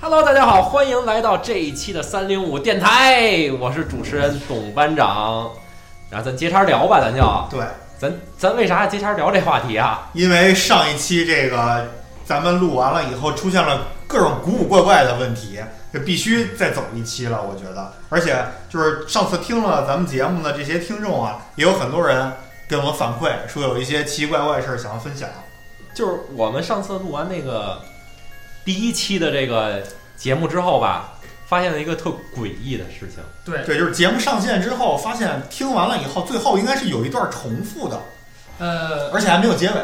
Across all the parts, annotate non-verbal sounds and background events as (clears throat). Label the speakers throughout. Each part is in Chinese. Speaker 1: Hello，大家好，欢迎来到这一期的三零五电台，我是主持人董班长。然后咱接茬聊吧，咱就
Speaker 2: 对，
Speaker 1: 咱咱为啥接茬聊这话题啊？
Speaker 2: 因为上一期这个咱们录完了以后，出现了各种古古怪怪的问题，这必须再走一期了，我觉得。而且就是上次听了咱们节目的这些听众啊，也有很多人跟我反馈说有一些奇奇怪怪的事儿想要分享。
Speaker 1: 就是我们上次录完那个第一期的这个节目之后吧，发现了一个特诡异的事情。
Speaker 3: 对，
Speaker 2: 对，就是节目上线之后，发现听完了以后，最后应该是有一段重复的，
Speaker 3: 呃，
Speaker 2: 而且还没有结尾。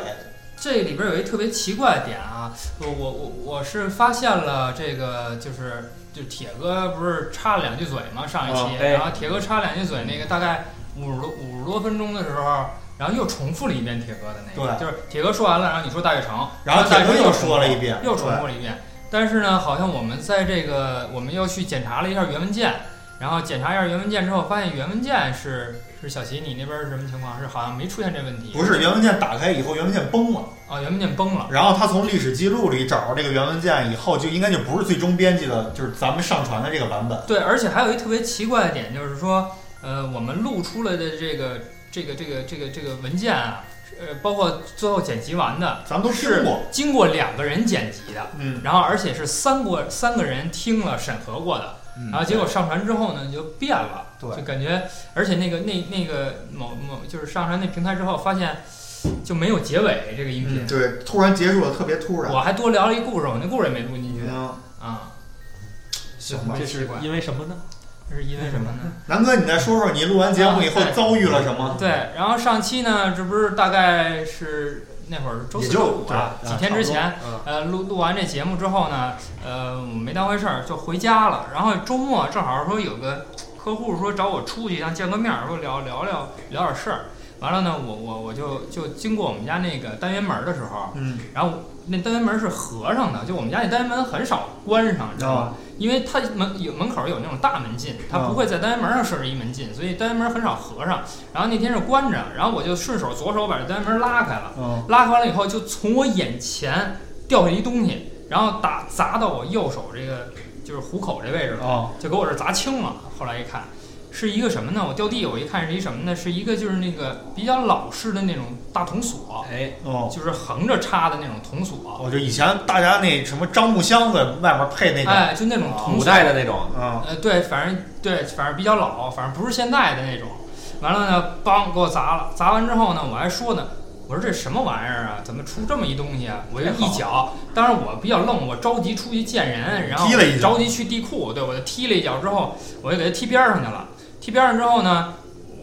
Speaker 3: 这里边有一特别奇怪的点啊，我我我我是发现了这个就是。就铁哥不是插了两句嘴吗？上
Speaker 2: 哦
Speaker 3: 一期，
Speaker 1: 嗯对
Speaker 3: 然后铁哥插两句嘴，那个大概五十多五十多分钟的时候，然后又重复了一遍铁哥的那个，就是铁哥说完了，然后你说大悦城，
Speaker 2: 然后铁
Speaker 3: 大悦
Speaker 2: 哥
Speaker 3: 城
Speaker 2: 又
Speaker 3: 又
Speaker 2: 说了一
Speaker 3: 遍，
Speaker 2: 遍，
Speaker 3: 又重复了一遍。但是呢，好像我们在这个我们又去检查了一下原文件，然后检查一下原文件之后，发现原文件是是小齐你那边是什么情况？是好像没出现这问题，
Speaker 2: 对不是原文件打开以后，原文件崩了。
Speaker 3: 啊，原文件崩了。
Speaker 2: 然后他从历史记录里找到这个原文件以后，就应该就不是最终编辑的，就是咱们上传的这个版本。
Speaker 3: 对，而且还有一特别奇怪的点，就是说，呃，我们录出来的这个这个这个这个这个文件啊，呃，包括最后剪辑完的，
Speaker 2: 咱们都听
Speaker 3: 是
Speaker 2: 过，
Speaker 3: 经过两个人剪辑的，
Speaker 2: 嗯，
Speaker 3: 然后而且是三过三个人听了审核过的，然后结果上传之后呢，就变了，
Speaker 2: 嗯对
Speaker 3: 就感觉，而且那个那那个某某就是上传那平台之后，发现就没有结尾这个
Speaker 2: 嗯
Speaker 3: 音频，
Speaker 2: 对，突然结束了，特别突然。
Speaker 3: 我还多聊了一故事，我那故事也没录进去
Speaker 2: 嗯，
Speaker 3: 啊，
Speaker 2: 行吧
Speaker 3: 特别
Speaker 1: 这
Speaker 3: 奇
Speaker 1: 是
Speaker 3: 怪，
Speaker 1: 因为什么呢？
Speaker 3: 这是因为什么呢？
Speaker 2: 南哥，你再说说你录完节目以后
Speaker 3: 啊对
Speaker 2: 遭遇了什么？
Speaker 3: 对，然后上期呢，这不是大概是那会儿是周
Speaker 2: 也
Speaker 3: 四
Speaker 2: 就
Speaker 3: 周五啊，
Speaker 2: 对
Speaker 3: 几天之前，
Speaker 2: 嗯，
Speaker 3: 呃，录录完这节目之后呢，呃，我没当回事儿，就回家了。然后周末正好说有个客户说找我出去，想见个面儿，说聊聊聊聊点事儿。完了呢，我我我就就经过我们家那个单元门儿的时候，
Speaker 2: 嗯，
Speaker 3: 然后那单元门儿是合上的，就我们家那单元门很少关上，你知道吗？因为它门有门口有那种大门禁，它
Speaker 2: 嗯
Speaker 3: 不会在单元门上设置一门禁，所以单元门很少合上。然后那天是关着，然后我就顺手左手把这单元门拉开了，
Speaker 2: 嗯，
Speaker 3: 拉开完了以后就从我眼前掉下一东西，然后打砸到我右手这个就是虎口这位置了，
Speaker 2: 哦，
Speaker 3: 就给我这砸青了。后来一看，是一个什么呢？我掉地，我一看是一什么呢？是一个就是那个比较老式的那种大铜锁，
Speaker 1: 哎，
Speaker 2: 哦，
Speaker 3: 就是横着插的那种铜锁，
Speaker 2: 我就以前大家那什么樟木箱子外面配那个，
Speaker 3: 哎，就那种铜
Speaker 1: 古
Speaker 3: 锁。
Speaker 1: 代的那种，
Speaker 2: 嗯，
Speaker 3: 呃，对，反正对，反正比较老，反正不是现代的那种。完了呢，梆给我砸了，砸完之后呢，我还说呢，我说这什么玩意儿啊？怎么出这么一东西啊？我就一脚，当时我比较愣，我着急出去见人，然后
Speaker 2: 嗯踢了一脚
Speaker 3: 着急去地库，对，我就踢了一脚之后，我就给他踢边儿上去了。踢边儿上之后呢，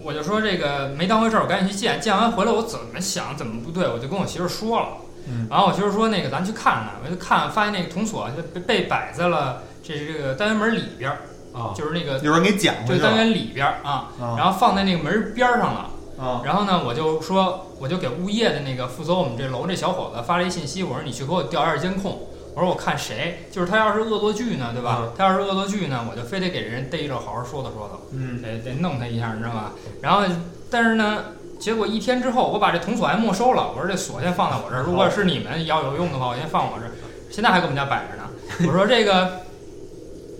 Speaker 3: 我就说这个没当回事儿，我赶紧去见，见完回来我怎么想怎么不对，我就跟我媳妇儿说了。
Speaker 2: 嗯
Speaker 3: 然后我媳妇儿说那个咱去看看，我就看发现那个铜锁就被被摆在了这这个单元门里边儿。
Speaker 1: 啊，
Speaker 3: 就是那个
Speaker 2: 有人给捡
Speaker 3: 就
Speaker 2: 回
Speaker 3: 是
Speaker 2: 去
Speaker 3: 单
Speaker 2: 了。
Speaker 3: 元里边儿啊，
Speaker 2: 啊
Speaker 3: 然后放在那个门儿边儿上了。
Speaker 2: 啊，
Speaker 3: 然后呢，我就说，我就给物业的那个负责我们这楼这小伙子发了一信息，我说你去给我调一下监控。我说我看谁，就是他要是恶作剧呢，对吧？他要是恶作剧呢，我就非得给人逮着好好说道说道，
Speaker 2: 嗯，
Speaker 3: 得得弄他一下，你知道吧？然后，但是呢，结果一天之后，我把这铜锁还没收了。我说这锁先放在我这儿，如果是你们要有用的话，我先放我这儿。现在还给我们家摆着呢。我说这个，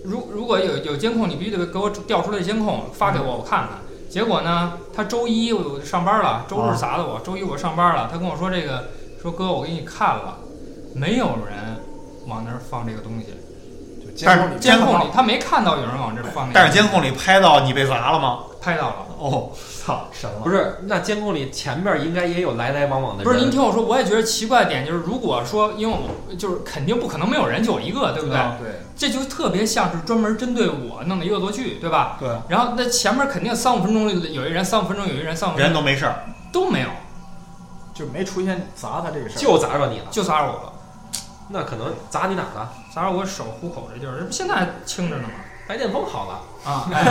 Speaker 3: 如如果有有监控，你必须得给我调出来监控，发给我，我看看。结果呢，他周一我就上班了，周
Speaker 2: 啊
Speaker 3: 日砸的我，周一我上班了，他跟我说这个，说哥，我给你看了，没有人往那儿放这个东西。
Speaker 4: 就监
Speaker 2: 但
Speaker 4: 控
Speaker 2: 是
Speaker 4: 里
Speaker 3: 监
Speaker 2: 控
Speaker 3: 控里他没看到有人往这儿放那个东西，
Speaker 2: 但是监控里拍到你被砸了吗？
Speaker 3: 拍到了。
Speaker 2: 哦，操，神了！
Speaker 1: 不是，那监控里前面应该也有来来往往的人。
Speaker 3: 不是您听我说，我也觉得奇怪的点就是，如果说因为我就是肯定不可能没有人就我一个，对不对？
Speaker 2: 啊
Speaker 4: 对，
Speaker 3: 这就特别像是专门针对我弄的一个恶作剧，对吧？
Speaker 2: 对，
Speaker 3: 然后那前面肯定三五分钟有一人，三五分钟有一人，三五分
Speaker 2: 人
Speaker 3: 钟
Speaker 2: 都没事儿，
Speaker 3: 都没有，
Speaker 4: 就没出现砸他这个事儿。
Speaker 1: 就砸着你了，
Speaker 3: 就仨我了，
Speaker 1: 那可能砸你哪儿了？
Speaker 3: 仨我手虎口这地儿，这不现在还清着呢吗？
Speaker 1: 白癜风好了， (laughs)
Speaker 2: (laughs)
Speaker 3: 啊，哎，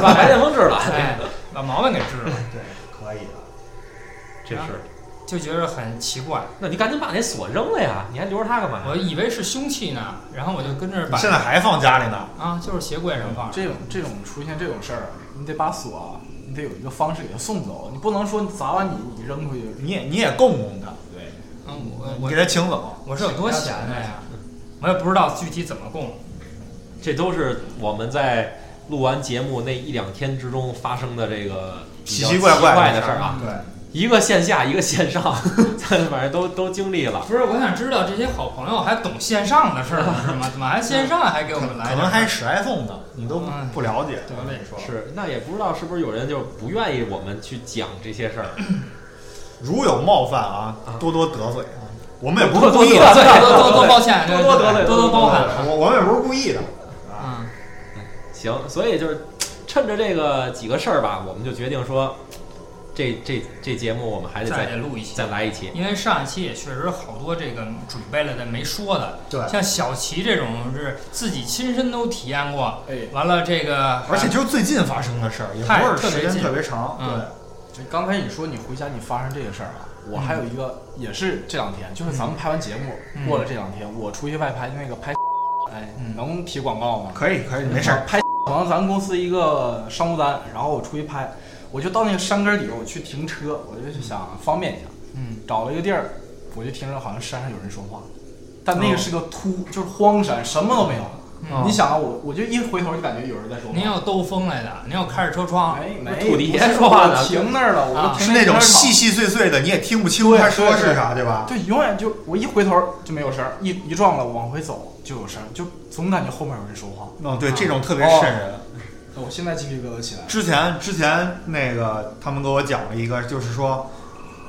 Speaker 1: 把白癜风治了，
Speaker 3: 哎把毛病给治了，
Speaker 2: 对，可以啊的。
Speaker 1: 这是。
Speaker 3: 就觉得很奇怪。
Speaker 2: (laughs)
Speaker 1: 那你赶紧把那锁扔了呀！你还留着它干嘛呀？
Speaker 3: 我以为是凶器呢，然后我就跟这儿
Speaker 2: 你 (laughs)
Speaker 3: 摆
Speaker 2: 现在还放家里呢？
Speaker 3: 啊，就是鞋柜上放着。
Speaker 4: 这种这种出现这种事儿，你得把锁，你得有一个方式给他送走，你不能说你砸完你你扔出去。
Speaker 2: 你也你也供供他，
Speaker 4: 对，
Speaker 3: 嗯，我
Speaker 2: 你
Speaker 3: 我
Speaker 2: 给他请走。
Speaker 3: 我是有多闲的呀？我也不知道具体怎么供，
Speaker 1: 这都是我们在录完节目那一两天之中发生的这个比较
Speaker 2: 奇奇怪
Speaker 1: 怪
Speaker 2: 怪的
Speaker 1: 的事儿啊，
Speaker 2: 对，
Speaker 1: 一个线下，一个线上， (laughs) 反正都都经历了。
Speaker 3: 不是，我想知道这些好朋友还懂线上的事儿
Speaker 2: (laughs)
Speaker 3: 呢，是吗？怎么还线上还给我
Speaker 2: 可
Speaker 3: 们来
Speaker 2: 可
Speaker 3: 点儿？
Speaker 2: 能还使 iPhone 呢，你都
Speaker 3: 嗯
Speaker 2: 不了解。啊
Speaker 3: 对
Speaker 2: 我跟你说，
Speaker 1: 是，那也不知道是不是有人就不愿意我们去讲这些事儿，
Speaker 2: 如有冒犯
Speaker 1: 啊
Speaker 2: 啊，多多得罪啊，我们也不是
Speaker 1: 多多
Speaker 2: 故意
Speaker 1: 得罪
Speaker 2: 的，
Speaker 3: 多多多抱歉，
Speaker 1: 多多得罪
Speaker 3: 多多包涵啊。
Speaker 2: 我我们也不是故意的。啊，
Speaker 3: 嗯，
Speaker 1: 行，所以就是趁着这个几个事儿吧，我们就决定说，这这这节目我们
Speaker 2: 哎
Speaker 1: 还得
Speaker 3: 再
Speaker 1: 再
Speaker 3: 得录一期
Speaker 1: 再，来一期。
Speaker 3: 因为上一期也确实好多这个准备了的没说的，
Speaker 2: 对，
Speaker 3: 像小齐这种是自己亲身都体验过，
Speaker 4: 哎，
Speaker 3: 完了这个
Speaker 2: 而且就是最近发生的事儿，也
Speaker 3: 太
Speaker 2: 不
Speaker 3: 特
Speaker 2: 是
Speaker 3: 别
Speaker 2: 时间
Speaker 3: 近
Speaker 2: 特别长。
Speaker 3: 嗯
Speaker 2: 对，
Speaker 4: 就刚才你说你回家你发生这个事儿啊，我还有一个也是这两天，就是咱们拍完节目
Speaker 3: 嗯
Speaker 4: 过了这两天，我出去外拍那个拍，哎
Speaker 3: 嗯，
Speaker 4: 能提广告吗？
Speaker 2: 可以可以，没事儿。
Speaker 4: 拍完咱们公司一个商务单，然后我出去拍，我就到那个山根儿底，我去停车，我就想方便一下，
Speaker 3: 嗯，
Speaker 4: 找了一个地儿，我就听着好像山上有人说话，但那个是个秃，就是荒山，什么都没有。
Speaker 2: 哦
Speaker 3: 嗯
Speaker 4: 你想啊，我我就一回头就感觉有人在说话
Speaker 3: 您。要兜风来的，您要开着车
Speaker 2: 哎
Speaker 3: 窗，
Speaker 4: 没没，
Speaker 1: 土地
Speaker 4: 不
Speaker 1: 爷
Speaker 4: 是
Speaker 1: 说话呢
Speaker 4: 我停那儿了，
Speaker 3: 啊
Speaker 4: 我就是停
Speaker 2: 那种
Speaker 4: 停车场
Speaker 2: 细细碎碎的，你也听不清
Speaker 4: 对
Speaker 2: 他说
Speaker 4: 对对
Speaker 2: 是啥，对吧？
Speaker 4: 对，永远就我一回头就没有声儿，一一撞了往回走就有声儿，就总感觉后面有人说话。
Speaker 2: 嗯，对，这种特别
Speaker 4: 哦
Speaker 2: 瘆人。
Speaker 4: 我现在鸡皮疙瘩起来了。
Speaker 2: 之前之前那个他们给我讲了一个，就是说，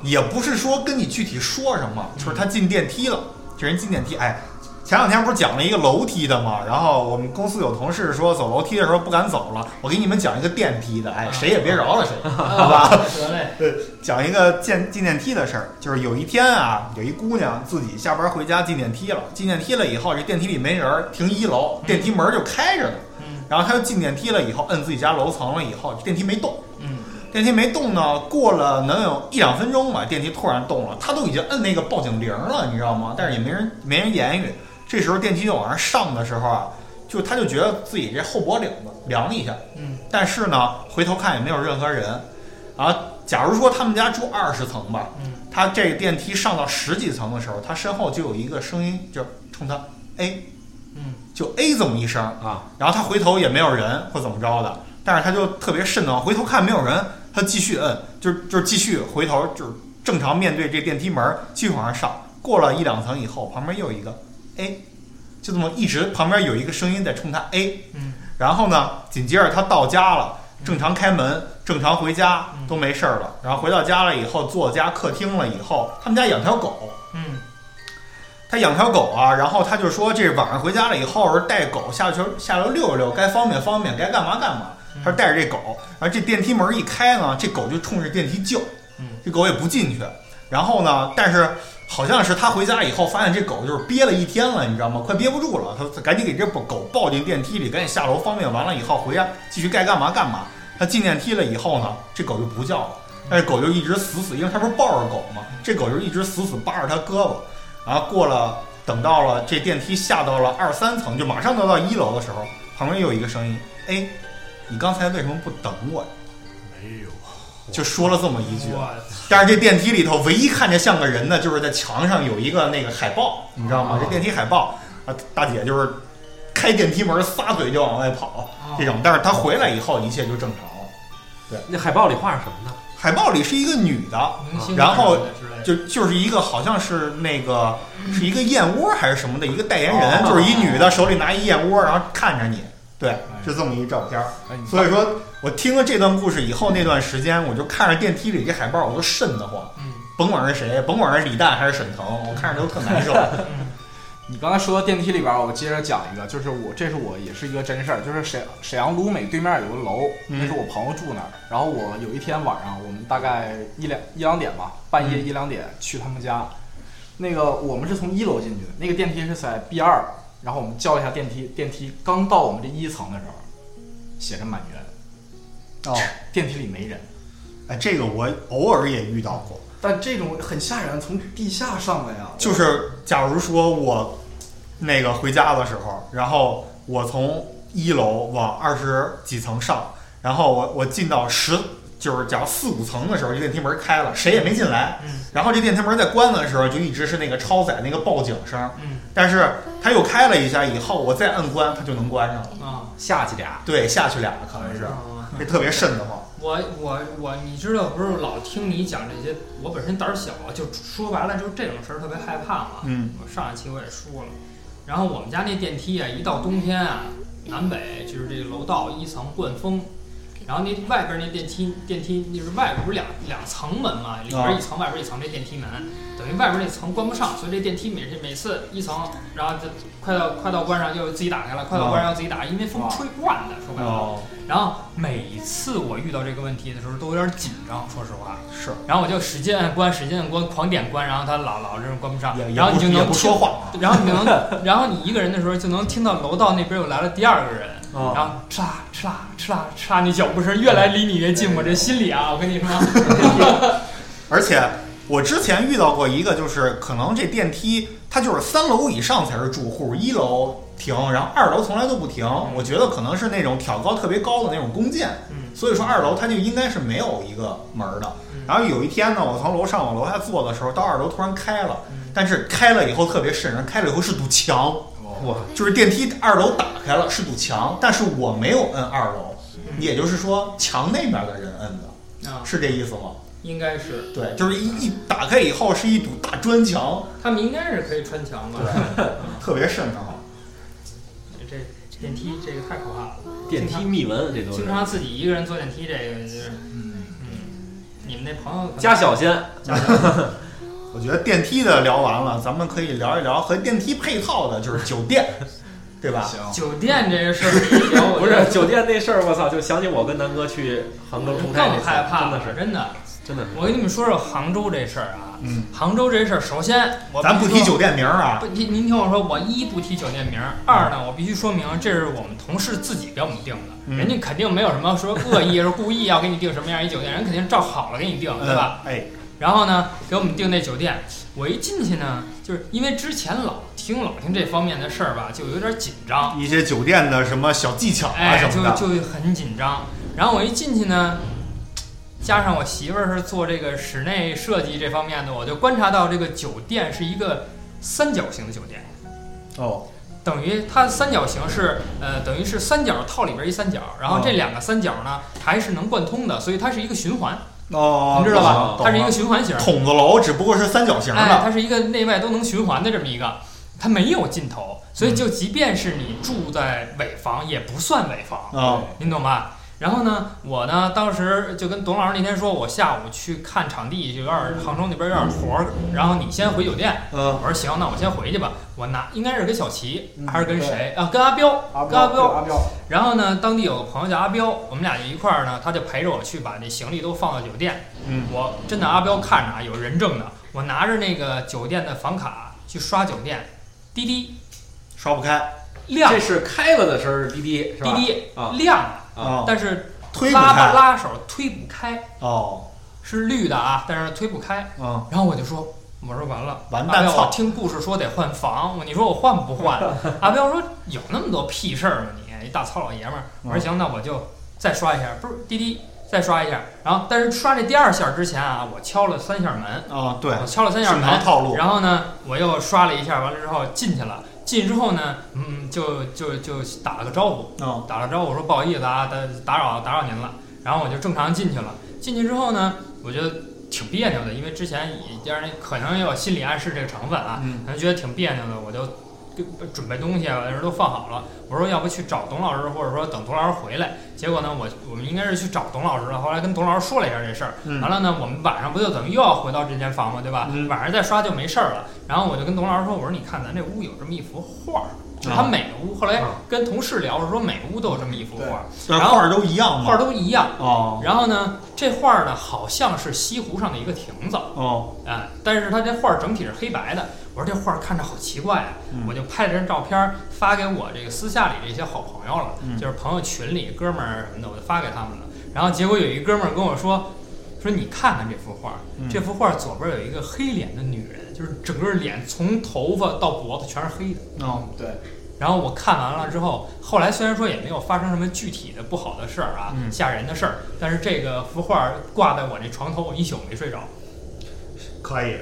Speaker 2: 也不是说跟你具体说什么，就是他进电梯了，这人进电梯，哎，前两天不是讲了一个楼梯的嘛，然后我们公司有同事说走楼梯的时候不敢走了，我给你们讲一个电梯的，
Speaker 3: 啊
Speaker 2: 哎，谁也别饶了谁，
Speaker 3: (laughs)
Speaker 2: 好吧？
Speaker 3: 得嘞，
Speaker 2: 呃，讲一个进进电梯的事儿，就是有一天啊，有一姑娘自己下班回家进电梯了，进电梯了以后，这电梯里没人儿，停一楼，电梯门儿就开着呢。
Speaker 3: 嗯
Speaker 2: 然后她就进电梯了以后，摁自己家楼层了以后，电梯没动，
Speaker 3: 嗯
Speaker 2: 电梯没动呢，过了能有一两分钟吧，电梯突然动了，她都已经摁那个报警铃了，你知道吗？但是也没人没人言语。这时候电梯就往上上的时候啊，就她就觉得自己这后脖领子凉一下，
Speaker 3: 嗯
Speaker 2: 但是呢，回头看也没有任何人。啊，假如说他们家住二十层吧，
Speaker 3: 嗯
Speaker 2: 他这个电梯上到十几层的时候，他身后就有一个声音，就冲他 A，
Speaker 3: 嗯，
Speaker 2: 就 A 这么一声，
Speaker 1: 啊，
Speaker 2: 然后他回头也没有人或怎么着的，但是他就特别慎得慌，回头看没有人，他继续摁，就是就是继续回头就是正常面对这电梯门继续往上上，过了一两层以后，旁边又有一个 A，就这么一直旁边有一个声音在冲他 A，
Speaker 3: 嗯，
Speaker 2: 然后呢，紧接着他到家了，正常开门，正常回家
Speaker 3: 嗯
Speaker 2: 都没事儿了。然后回到家了以后，坐家客厅了以后，他们家养条狗，
Speaker 3: 嗯
Speaker 2: 他养条狗啊，然后他就说这晚上回家了以后是带狗下去下楼溜一溜，该方便方便，该干嘛干嘛。
Speaker 3: 嗯
Speaker 2: 他说带着这狗，然后这电梯门一开呢，这狗就冲着电梯叫
Speaker 3: 嗯，
Speaker 2: 这狗也不进去。然后呢，但是好像是他回家以后发现这狗就是憋了一天了，你知道吗？快憋不住了，他赶紧给这狗抱进电梯里，赶紧下楼方便完了以后回家继续该干嘛干嘛。他进电梯了以后呢，这狗就不叫了，但是狗就一直死死，因为他不是抱着狗嘛，这狗就一直死死扒着他胳膊。然后过了，等到了这电梯下到了二三层，就马上都到一楼的时候，旁边又有一个声音：“哎，你刚才为什么不等我呀
Speaker 4: 没有，？”
Speaker 2: 就说了这么一句。啊
Speaker 3: 我
Speaker 2: 但是这电梯里头唯一看着像个人的，就是在墙上有一个那个海报，你知道吗
Speaker 1: 啊？
Speaker 2: 这电梯海报啊，大姐就是开电梯门撒腿就往外跑
Speaker 3: 操
Speaker 2: 这种。但是她回来以后，一切就正常了。
Speaker 1: 那海报里画是什么呢？
Speaker 2: 海报里是一个女的，
Speaker 3: 明星
Speaker 2: 然后
Speaker 3: 什么的之类
Speaker 2: 就
Speaker 3: 的
Speaker 2: 就是一个好像是那个是一个燕窝还是什么的一个代言人，
Speaker 1: 哦
Speaker 2: 就是一女的手里拿一燕窝，然后看着你，对，是这么一照片儿。
Speaker 4: 哎，你
Speaker 2: 所以说我听了这段故事以后，那段时间我就看着电梯里这海报，我都瘆得慌，
Speaker 3: 嗯
Speaker 2: 甭管是谁，甭管是李诞还是沈腾，我看着都特
Speaker 3: (laughs)
Speaker 2: 难受。
Speaker 4: 你刚才说到电梯里边儿，我接着讲一个，就是我这是我也是一个真事儿，就是沈沈阳鲁美对面有个楼，
Speaker 2: 嗯
Speaker 4: 那是我朋友住那儿。然后我有一天晚上，我们大概一两一两点吧，半
Speaker 2: 嗯
Speaker 4: 夜一两点去他们家，那个我们是从一楼进去的，那个电梯是在 B 二，然后我们叫了一下电梯，电梯刚到我们这一层的时候，写着满员，
Speaker 2: 哦，
Speaker 4: 电梯里没人。
Speaker 2: 哎，这个我偶尔也遇到过，
Speaker 4: 但这种很吓人，从地下上来呀，
Speaker 2: 就是假如说我那个回家的时候，然后我从一楼往二十几层上，然后我我进到十就是假如四五层的时候，这电梯门开了，谁也没进来。
Speaker 3: 嗯
Speaker 2: 然后这电梯门在关的时候，就一直是那个超载那个报警声，
Speaker 3: 嗯
Speaker 2: 但是它又开了一下以后，我再按关，它就能关上了。
Speaker 3: 啊，哦
Speaker 1: 下去俩，
Speaker 2: 对，下去俩了，可能是，
Speaker 3: 嗯
Speaker 2: 这特别瘆得慌。
Speaker 3: 我我我，你知道不是老听你讲这些，我本身胆儿小，啊就说白了就是这种事儿特别害怕嘛。
Speaker 2: 嗯
Speaker 3: 我上一期我也说了，然后我们家那电梯啊，一到冬天啊，南北就是这个楼道一层灌风，然后那外边那电梯电梯就是外边不是两两层门嘛，里边一层外边一层这电梯门，等于外边那层关不上，所以这电梯每每次一层，然后就快到快到关上就自己打开了，快到关上又自己打，因为风吹惯的，说白了。
Speaker 2: 哦，
Speaker 3: 然后每一次我遇到这个问题的时候都有点紧张，说实话。
Speaker 2: 是，
Speaker 3: 然后我就使劲按关，使劲按关，狂点关，然后它老老这种关不上
Speaker 2: 也，也
Speaker 3: 啊然后
Speaker 2: 不
Speaker 3: 你就
Speaker 2: 也
Speaker 3: 能
Speaker 2: 不
Speaker 3: 听
Speaker 2: 说话
Speaker 3: 然后你能，然后你一个人的时候就能听到楼道那边又来了第二个人，
Speaker 2: 啊
Speaker 3: 然后哧啦哧啦哧啦哧啦，那脚步声越来离你越近，我这心里啊，我跟你说，
Speaker 2: 而且我之前遇到过一个，就是可能这电梯它就是三楼以上才是住户，一楼停，然后二楼从来都不停。我觉得可能是那种挑高特别高的那种弓箭，
Speaker 3: 嗯
Speaker 2: 所以说二楼它就应该是没有一个门儿的。然后有一天呢，我从楼上往楼下坐的时候，到二楼突然开了，
Speaker 3: 嗯
Speaker 2: 但是开了以后特别瘆人，开了以后是堵墙，
Speaker 1: 哇，
Speaker 2: 就是电梯二楼打开了是堵墙，但是我没有摁二楼，也就是说墙那边的人摁的，
Speaker 3: 啊，
Speaker 2: 是这意思吗？
Speaker 3: 应该是
Speaker 2: 对，就是一一打开以后是一堵大砖墙，
Speaker 3: 他们应该是可以穿墙吧？
Speaker 2: 特别瘆得慌。
Speaker 3: 这电梯这个太可怕了，
Speaker 1: 电梯密文这都
Speaker 3: 经
Speaker 1: 是。
Speaker 3: 常自己一个人坐电梯，这个就是，
Speaker 4: 嗯，
Speaker 3: 嗯，你们那朋友
Speaker 1: 加小心，
Speaker 3: 哦
Speaker 2: 我觉得电梯的聊完了，咱们可以聊一聊和电梯配套的，就是酒店，对吧？
Speaker 4: 行，
Speaker 3: 酒店这个事儿
Speaker 1: (laughs)
Speaker 3: 一聊，我
Speaker 1: 不
Speaker 3: 觉得
Speaker 1: 是酒店那事儿，我操，就想起我跟南哥去杭州冲
Speaker 3: 更
Speaker 1: 泰那次，
Speaker 3: 害怕
Speaker 1: 真
Speaker 3: 了
Speaker 1: 的，是，
Speaker 3: 真的。
Speaker 1: 真的是。
Speaker 3: 我跟你们说说杭州这事儿啊，
Speaker 2: 嗯，
Speaker 3: 杭州这事儿，首先我
Speaker 2: 咱不
Speaker 3: 必须
Speaker 2: 提
Speaker 3: 说
Speaker 2: 酒店名儿啊，
Speaker 3: 不，您您听我说，我一不提酒店名儿，二呢，我必须说明这是我们同事自己给我们定的，
Speaker 2: 嗯
Speaker 3: 人家肯定没有什么说恶意，是故意要给你定什么样一酒店，人肯定照好了给你定，对吧？
Speaker 2: 嗯？哎，
Speaker 3: 然后呢，给我们订那酒店。我一进去呢，就是因为之前老听老听这方面的事儿吧，就有点紧张，
Speaker 2: 一些酒店的什么小技巧啊
Speaker 3: 哎，
Speaker 2: 什
Speaker 3: 就
Speaker 2: 么的，
Speaker 3: 就很紧张。然后我一进去呢，加上我媳妇儿是做这个室内设计这方面的，我就观察到这个酒店是一个三角形的酒店。
Speaker 2: 哦，
Speaker 3: 等于它三角形是，呃，等于是三角套里边一三角，然
Speaker 2: 哦
Speaker 3: 后这两个三角呢还是能贯通的，所以它是一个循环，
Speaker 2: 哦，
Speaker 3: 你知道吧？
Speaker 2: 懂了
Speaker 3: 它是一个循环型，
Speaker 2: 筒子楼，只不过是三角形
Speaker 3: 哎，
Speaker 2: 的，
Speaker 3: 它是一个内外都能循环的这么一个，它没有尽头，所以就即便是你住在尾房，也不算尾房，
Speaker 2: 啊，
Speaker 3: 您懂吧？然后呢，我呢当时就跟董老师那天说，我下午去看场地，有点儿杭州那边有点儿活儿，然后你先回酒店。
Speaker 2: 嗯，
Speaker 3: 我说行，那我先回去吧。我拿应该是跟小齐
Speaker 4: 嗯
Speaker 3: 还是跟谁啊？跟阿彪，
Speaker 4: 阿
Speaker 3: 跟阿
Speaker 4: 彪，对
Speaker 3: 彪。
Speaker 4: 阿彪，
Speaker 3: 然后呢，当地有个朋友叫阿彪，我们俩就一块儿呢，他就陪着我去把那行李都放到酒店。
Speaker 2: 嗯，
Speaker 3: 我真的阿彪看着啊，有人证的，我拿着那个酒店的房卡去刷酒店，滴滴
Speaker 2: 刷不开
Speaker 3: 亮
Speaker 1: 这是开了的时候是滴滴是吧？
Speaker 3: 滴滴
Speaker 1: 啊
Speaker 3: 亮，
Speaker 2: 啊，
Speaker 3: 但是
Speaker 2: 推不
Speaker 3: 拉吧
Speaker 2: 开
Speaker 3: 拉手推不开，
Speaker 2: 哦，
Speaker 3: 是绿的啊，但是推不开。
Speaker 2: 嗯，
Speaker 3: 然后我就说，我说完了，
Speaker 2: 完
Speaker 3: 阿
Speaker 2: 蛋
Speaker 3: 彪，我
Speaker 2: 操，
Speaker 3: 听故事说得换房，我你说我换不
Speaker 2: (laughs)
Speaker 3: 换？阿彪说有那么多屁事儿吗你？一大糙老爷们儿。
Speaker 2: 嗯
Speaker 3: 我说行，那我就再刷一下，不是滴滴再刷一下。然后但是刷这第二下之前啊，我敲了三下门，
Speaker 2: 啊，对，
Speaker 3: 我敲了三下
Speaker 2: 正常
Speaker 3: 门，
Speaker 2: 套路，
Speaker 3: 然后呢我又刷了一下，完了之后进去了。进去之后呢，嗯，就就就打了个招呼，
Speaker 2: 嗯，
Speaker 3: 打了招呼，我说不好意思啊，打打扰打扰您了。然后我就正常进去了。进去之后呢，我觉得挺别扭的，因为之前也让人可能也有心理暗示这个成分啊，
Speaker 2: 嗯
Speaker 3: 可能觉得挺别扭的，我就跟准备东西啊，人都放好了。我说要不去找董老师，或者说等董老师回来。结果呢，我我们应该是去找董老师了。后来跟董老师说了一下这事儿，
Speaker 2: 嗯
Speaker 3: 完了呢，我们晚上不就等于又要回到这间房嘛，对吧？
Speaker 2: 嗯
Speaker 3: 晚上再刷就没事儿了。然后我就跟董老师说，我说你看咱这屋有这么一幅画儿，就他
Speaker 2: 啊
Speaker 3: 每个屋。后来
Speaker 1: 啊
Speaker 3: 跟同事聊，说每个屋都有这么一幅画儿，
Speaker 2: 但是画儿都一样
Speaker 3: 画儿
Speaker 2: 嘛，
Speaker 3: 都一样。
Speaker 2: 哦
Speaker 3: 然后呢，这画儿呢好像是西湖上的一个亭子，
Speaker 2: 哦，
Speaker 3: 啊，但是它这画儿整体是黑白的。我说这画儿看着好奇怪啊，
Speaker 2: 嗯
Speaker 3: 我就拍了张照片儿发给我这个私下里这些好朋友了，
Speaker 2: 嗯
Speaker 3: 就是朋友群里哥们儿什么的，我就发给他们了。然后结果有一哥们儿跟我说，说你看看这幅画儿，
Speaker 2: 嗯
Speaker 3: 这幅画儿左边有一个黑脸的女人，就是整个脸从头发到脖子全是黑的。
Speaker 2: 哦，
Speaker 4: 对，
Speaker 3: 然后我看完了之后，后来虽然说也没有发生什么具体的不好的事儿啊，
Speaker 2: 嗯
Speaker 3: 吓人的事儿，但是这个幅画挂在我这床头，我一宿没睡着，
Speaker 2: (laughs) 可以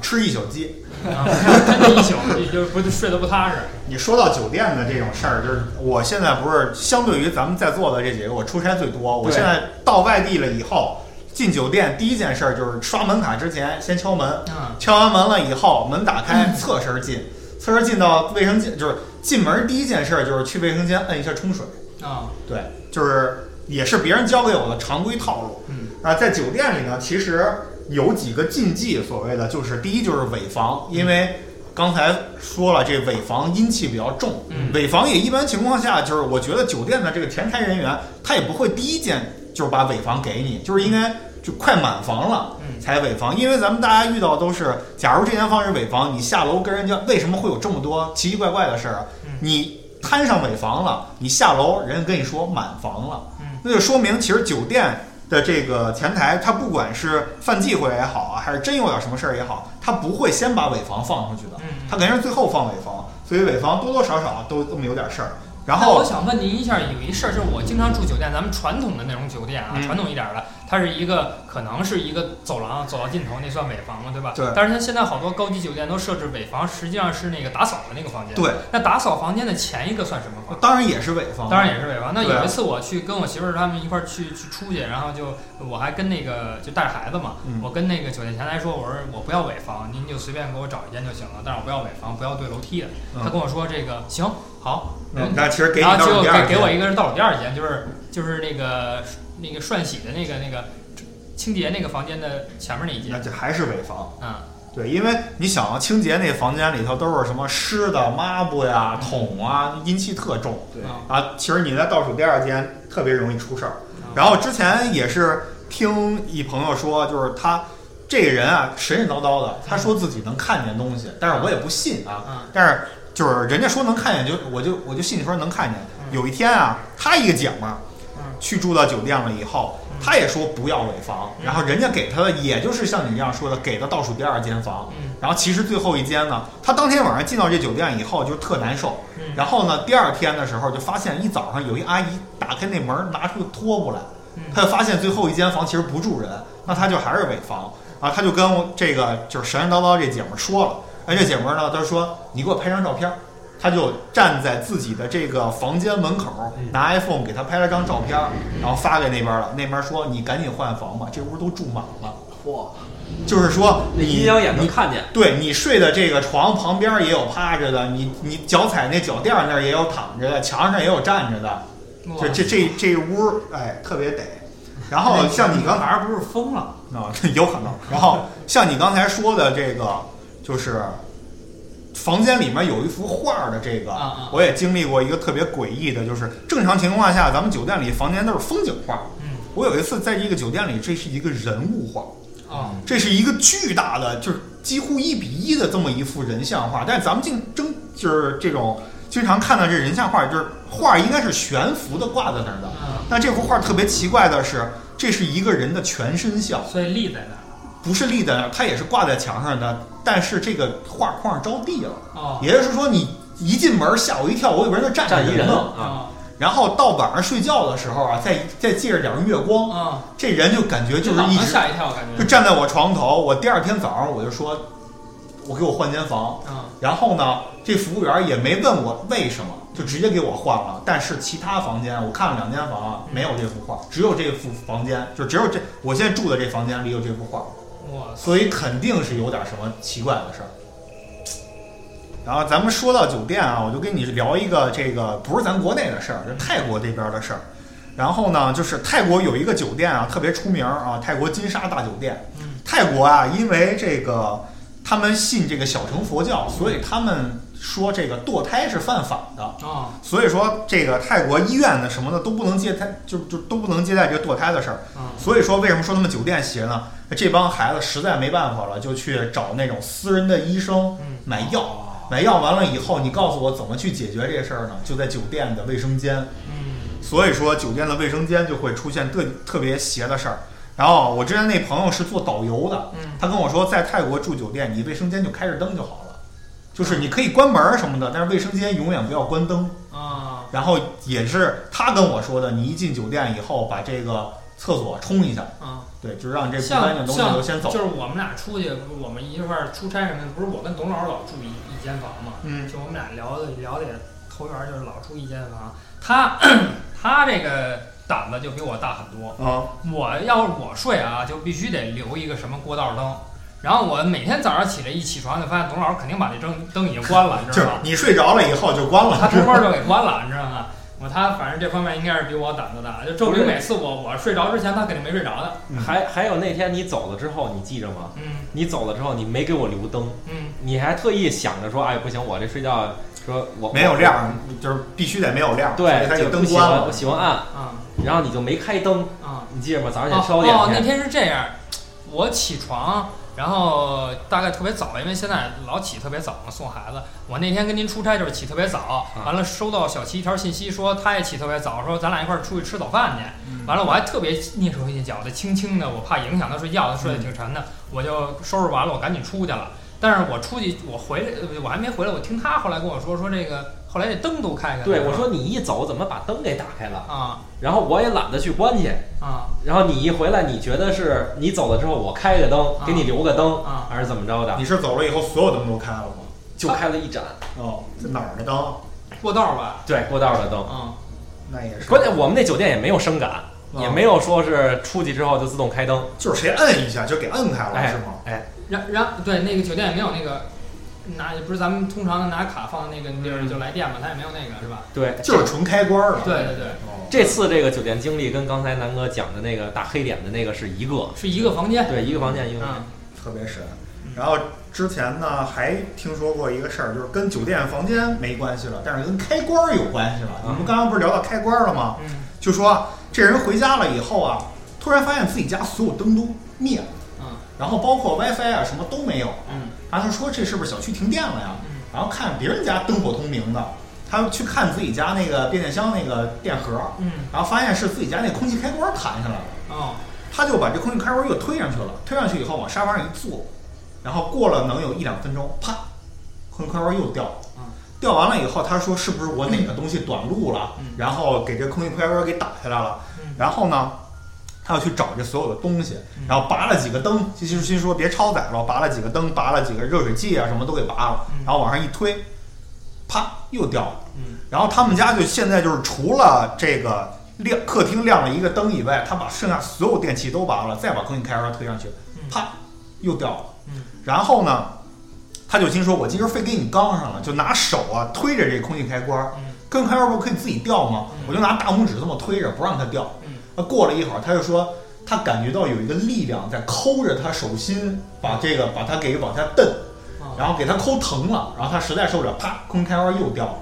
Speaker 2: 吃一宿鸡。
Speaker 3: 啊，真的一宿就就不睡得不踏实。
Speaker 2: 你说到酒店的这种事儿，就是我现在不是相对于咱们在座的这几个，我出差最多。我
Speaker 4: 对
Speaker 2: 现在到外地了以后，进酒店第一件事儿就是刷门卡之前先敲门，
Speaker 3: 嗯，
Speaker 2: 敲完门了以后，门打开，侧身进，侧身进到卫生间，就是进门第一件事就是去卫生间摁一下冲水。
Speaker 3: 啊，
Speaker 2: 对，就是也是别人教给我的常规套路
Speaker 3: 嗯，
Speaker 2: 啊。在酒店里呢，其实有几个禁忌，所谓的就是第一就是尾房，因为刚才说了，这尾房阴气比较重，
Speaker 3: 嗯
Speaker 2: 尾房也一般情况下就是我觉得酒店的这个前台人员他也不会第一件就是把尾房给你，就是应该就快满房了。
Speaker 3: 嗯，
Speaker 2: 才尾房，因为咱们大家遇到都是，假如这间房是尾房，你下楼跟人家为什么会有这么多奇奇怪怪的事儿啊
Speaker 3: 嗯？
Speaker 2: 你摊上尾房了，你下楼人家跟你说满房了
Speaker 3: 嗯，
Speaker 2: 那就说明其实酒店的这个前台，他不管是犯忌讳也好啊，还是真有点什么事儿也好，他不会先把尾房放上去的
Speaker 3: 嗯，
Speaker 2: 他肯定是最后放尾房，所以尾房多多少少都这么有点事儿。然
Speaker 3: 那我
Speaker 2: 后
Speaker 3: 想问您一下，有一事儿，就是我经常住酒店，咱们传统的那种酒店啊，
Speaker 2: 嗯
Speaker 3: 传统一点儿的，它是一个可能是一个走廊，走到尽头那算尾房嘛，对吧？
Speaker 2: 对
Speaker 3: 但是它现在好多高级酒店都设置尾房，实际上是那个打扫的那个房间。。
Speaker 2: 对，
Speaker 3: 那打扫房间的前一个算什么房？
Speaker 2: 当然也是尾房，
Speaker 3: 当然也是尾房。那
Speaker 2: 对啊
Speaker 3: 有一次我去跟我媳妇儿他们一块儿去去出去，然后就我还跟那个就带着孩子嘛，
Speaker 2: 嗯
Speaker 3: 我跟那个酒店前台说，我说我不要尾房，您就随便给我找一间就行了，但是我不要尾房，不要对楼梯的。他
Speaker 2: 嗯
Speaker 3: 跟我说这个行好，没问
Speaker 2: 嗯
Speaker 3: 题
Speaker 2: 那其实给你
Speaker 3: 然后
Speaker 2: 到
Speaker 3: 结
Speaker 2: 了第
Speaker 3: 果
Speaker 2: 二
Speaker 3: 给
Speaker 2: 天
Speaker 3: 给我一个是倒数第二间，就是就是那个那个涮洗的那个那个清洁那个房间的前面那一
Speaker 2: 那
Speaker 3: 间，
Speaker 2: 就还是尾房。
Speaker 3: 嗯，
Speaker 2: 对，因为你想啊，清洁那房间里头都是什么湿的抹布呀、桶啊，阴气特重
Speaker 4: 对
Speaker 3: 啊
Speaker 2: 啊。其实你在倒数第二间特别容易出事儿。
Speaker 3: 啊
Speaker 2: 然后之前也是听一朋友说，就是他这个人啊神神叨叨的，他说自己能看见东西，但是我也不信啊。
Speaker 3: 嗯
Speaker 2: 但是就是人家说能看见，就我就我就信说能看见。
Speaker 3: 嗯
Speaker 2: 有一天啊，他一个姐们儿
Speaker 3: 嗯
Speaker 2: 去住到酒店了以后，他也说不要尾房，
Speaker 3: 嗯
Speaker 2: 然后人家给他的也就是像你这样说的，给的倒数第二间房。
Speaker 3: 嗯
Speaker 2: 然后其实最后一间呢，他当天晚上进到这酒店以后就特难受，
Speaker 3: 嗯，
Speaker 2: 然后呢，第二天的时候就发现一早上有一阿姨打开那门儿拿出拖布来，
Speaker 3: 嗯
Speaker 2: 他就发现最后一间房其实不住人，那他就还是尾房啊，他就跟我这个就是神神叨叨这姐们儿说了，哎，这姐们儿呢，她说你给我拍张照片儿，他就站在自己的这个房间门口
Speaker 1: 嗯
Speaker 2: 拿 iPhone 给他拍了张照片儿，然后发给那边儿了，那边儿说你赶紧换房吧，这屋都住满了，
Speaker 4: 嚯，
Speaker 2: 就是说
Speaker 1: 那
Speaker 2: 你
Speaker 1: 阴阳眼能看见，
Speaker 2: 对你睡的这个床旁边也有趴着的，你你脚踩那脚垫儿那儿也有躺着的，墙上也有站着的，
Speaker 3: 哇
Speaker 2: 就这这这屋儿哎特别得。然后像你刚才
Speaker 3: 反而不是疯了，
Speaker 2: (laughs) 啊、有可能，然后像你刚才说的这个就是。房间里面有一幅画儿的这个
Speaker 3: 啊啊，
Speaker 2: 我也经历过一个特别诡异的，就是正常情况下，咱们酒店里房间都是风景画儿。
Speaker 3: 嗯
Speaker 2: 我有一次在一个酒店里，这是一个人物画儿，
Speaker 3: 啊
Speaker 2: 这是一个巨大的，就是几乎一比一的这么一幅人像画。但是咱们竞争就是这种经常看到这人像画，就是画应该是悬浮的挂在那儿的。
Speaker 3: 嗯，
Speaker 2: 但这幅画特别奇怪的是，这是一个人的全身像，
Speaker 3: 所以立在那儿
Speaker 2: 不是立在那儿，它也是挂在墙上的，但是这个画框着地了，
Speaker 3: 哦
Speaker 2: 也就是说你一进门吓我一跳，我以为那站着
Speaker 1: 站一人
Speaker 2: 人呢。
Speaker 1: 啊，
Speaker 3: 啊
Speaker 2: 然后到晚上睡觉的时候啊，再再借着点儿月光，
Speaker 3: 啊，
Speaker 2: 这人就感觉就是
Speaker 3: 老
Speaker 2: 一
Speaker 3: 能
Speaker 2: 直
Speaker 3: 吓一跳，感
Speaker 2: 就
Speaker 3: 觉
Speaker 2: 站在我床头。我第二天早上我就说，我给我换间房。
Speaker 3: 啊
Speaker 2: 然后呢，这服务员也没问我为什么，就直接给我换了。但是其他房间我看了两间房啊，没有这幅画，只有这幅房间，就只有这我现在住的这房间里有这幅画，
Speaker 3: 哇
Speaker 2: 所以肯定是有点什么奇怪的事儿。然后咱们说到酒店啊，我就跟你聊一个这个不是咱国内的事儿，是泰国这边的事儿。然后呢，就是泰国有一个酒店啊，特别出名儿啊，泰国金沙大酒店。
Speaker 3: 嗯
Speaker 2: 泰国啊，因为这个他们信这个小乘佛教，所以他们说这个堕胎是犯法的。
Speaker 3: 啊
Speaker 2: 所以说，这个泰国医院的什么的都不能接待，就就都不能接待这个堕胎的事儿。
Speaker 3: 啊
Speaker 2: 所以说，为什么说他们酒店邪呢？哎这帮孩子实在没办法了，就去找那种私人的医生
Speaker 3: 嗯
Speaker 2: 买药。买药完了以后，你告诉我怎么去解决这事儿呢？就在酒店的卫生间。
Speaker 3: 嗯
Speaker 2: 所以说，酒店的卫生间就会出现特特别邪的事儿。然后我之前那朋友是做导游的，
Speaker 3: 嗯
Speaker 2: 他跟我说，在泰国住酒店，你卫生间就开着灯就好了。就是你可以关门儿什么的，但是卫生间永远不要关灯。
Speaker 3: 啊，
Speaker 2: 然后也是他跟我说的，你一进酒店以后把这个厕所冲一下，
Speaker 3: 啊，
Speaker 2: 对，就让这不干净的
Speaker 3: 像
Speaker 2: 东西
Speaker 3: 像
Speaker 2: 都先走
Speaker 3: 就。是我们俩出去，我们一块儿出差什么的，不是我跟董老师老住一一间房嘛，
Speaker 2: 嗯
Speaker 3: 就我们俩聊的聊的也投缘，就是老住一间房。他 (clears throat) 他这个胆子就比我大很多，
Speaker 2: 啊，
Speaker 3: 我要是我睡啊，就必须得留一个什么过道灯。然后我每天早上起来一起床就发现董老师肯定把那灯灯已经关了，你
Speaker 2: 就
Speaker 3: 知
Speaker 2: 是
Speaker 3: 道吗？
Speaker 2: 你睡着了以后就关了，
Speaker 3: 他偷摸就给关了，你知道吗？我他反正这方面应该是比我胆子大。就周明每次我我睡着之前，他肯定没睡着的。
Speaker 2: 嗯
Speaker 1: 啊还还有那天你走了之后，你记着吗？
Speaker 3: 嗯
Speaker 1: 你走了之后，你没给我留灯，
Speaker 3: 嗯，
Speaker 1: 你还特意想着说，哎，不行，我这睡觉说我
Speaker 2: 没有亮儿，就是必须得没有亮儿，所
Speaker 1: 对
Speaker 2: 以，他给
Speaker 1: 就不
Speaker 2: 灯
Speaker 1: 喜
Speaker 2: 关
Speaker 1: 欢不
Speaker 2: 了。
Speaker 1: 喜欢暗，
Speaker 3: 啊
Speaker 1: 然后你就没开灯，
Speaker 3: 啊。
Speaker 1: 你记着吗？早上起来烧
Speaker 3: 哦哦，那
Speaker 1: 点去，
Speaker 3: 天是这样，我起床，然后大概特别早，因为现在老起特别早嘛，送孩子。我那天跟您出差就是起特别早，
Speaker 1: 啊
Speaker 3: 完了收到小七一条信息说他也起特别早，说咱俩一块儿出去吃早饭去。
Speaker 4: 嗯
Speaker 3: 完了，我还特别蹑手蹑脚的，轻轻的，我怕影响他睡觉，他睡得
Speaker 1: 嗯
Speaker 3: 挺沉的，我就收拾完了，我赶紧出去了。但是我出去，我回来，呃我还没回来，我听他后来跟我说，说这个后来这灯都开开了，
Speaker 1: 对我说你一走怎么把灯给打开了？
Speaker 3: 啊
Speaker 1: 然后我也懒得去关去，
Speaker 3: 啊
Speaker 1: 然后你一回来，你觉得是你走了之后我开个灯
Speaker 3: 啊
Speaker 1: 给你留个灯，
Speaker 3: 啊
Speaker 1: 还是怎么着的？
Speaker 2: 你是走了以后所有灯都开了吗？
Speaker 1: 就开了一盏，
Speaker 2: 哦，这哪儿的灯？
Speaker 3: 过道吧，
Speaker 1: 对，过道的灯。
Speaker 3: 啊
Speaker 2: 那也是。
Speaker 1: 关键我们那酒店也没有声感，也没有说是出去之后就自动开灯，
Speaker 2: 就是谁摁一下就给摁开了，
Speaker 1: 哎
Speaker 2: 是吗？
Speaker 1: 哎，
Speaker 3: 然然对那个酒店也没有那个拿，不是咱们通常拿卡放在那个地
Speaker 2: 嗯
Speaker 3: 儿就来电嘛，他也没有那个是吧？
Speaker 1: 对，
Speaker 2: 就是纯开关了。
Speaker 3: 对对对，
Speaker 2: 哦，
Speaker 1: 这次这个酒店经历跟刚才南哥讲的那个大黑点的那个是一个，
Speaker 3: 是一个房间。
Speaker 1: 对，一个房间一个房
Speaker 3: 啊
Speaker 1: 间，
Speaker 2: 特别神。然后之前呢，还听说过一个事儿，就是跟酒店房间没关系了，但是跟开关儿有关系了。你们刚刚不是聊到开关儿了吗？
Speaker 3: 嗯
Speaker 2: 就说这人回家了以后啊，突然发现自己家所有灯都灭了，
Speaker 3: 嗯
Speaker 2: 然后包括 WiFi 啊什么都没有。
Speaker 3: 嗯
Speaker 2: 然后他说这是不是小区停电了呀？
Speaker 3: 嗯
Speaker 2: 然后看别人家灯火通明的，他去看自己家那个变电箱那个电盒，
Speaker 3: 嗯
Speaker 2: 然后发现是自己家那空气开关儿弹下来了。
Speaker 3: 哦
Speaker 2: 他就把这空气开关又推上去了，推上去以后往沙发上一坐，然后过了能有一两分钟，啪，空气开关又掉了
Speaker 3: 嗯。
Speaker 2: 掉完了以后，他说是不是我哪个东西短路了
Speaker 3: 嗯？
Speaker 2: 然后给这空气开关给打下来了。
Speaker 3: 嗯
Speaker 2: 然后呢，他要去找这所有的东西
Speaker 3: 嗯，
Speaker 2: 然后拔了几个灯，就心心说别超载了，拔了几个灯，拔了几个热水器啊什么都给拔了
Speaker 3: 嗯，
Speaker 2: 然后往上一推，啪又掉了。
Speaker 3: 嗯
Speaker 2: 然后他们家就现在就是除了这个亮客厅亮了一个灯以外，他把剩下所有电器都拔了，再把空气开关推上去，啪，又掉了。
Speaker 3: 嗯
Speaker 2: 然后呢，他就心说：“我今儿非给你刚上了，就拿手啊推着这空气开关，
Speaker 3: 嗯
Speaker 2: 跟开关不可以自己掉吗
Speaker 3: 嗯？
Speaker 2: 我就拿大拇指这么推着，不让它掉。
Speaker 3: 嗯
Speaker 2: 啊，过了一会儿，他就说他感觉到有一个力量在抠着他手心，把这个把他给往下蹬，
Speaker 3: 哦
Speaker 2: 然后给他抠疼了，然后他实在受不了，啪，空气开关又掉了。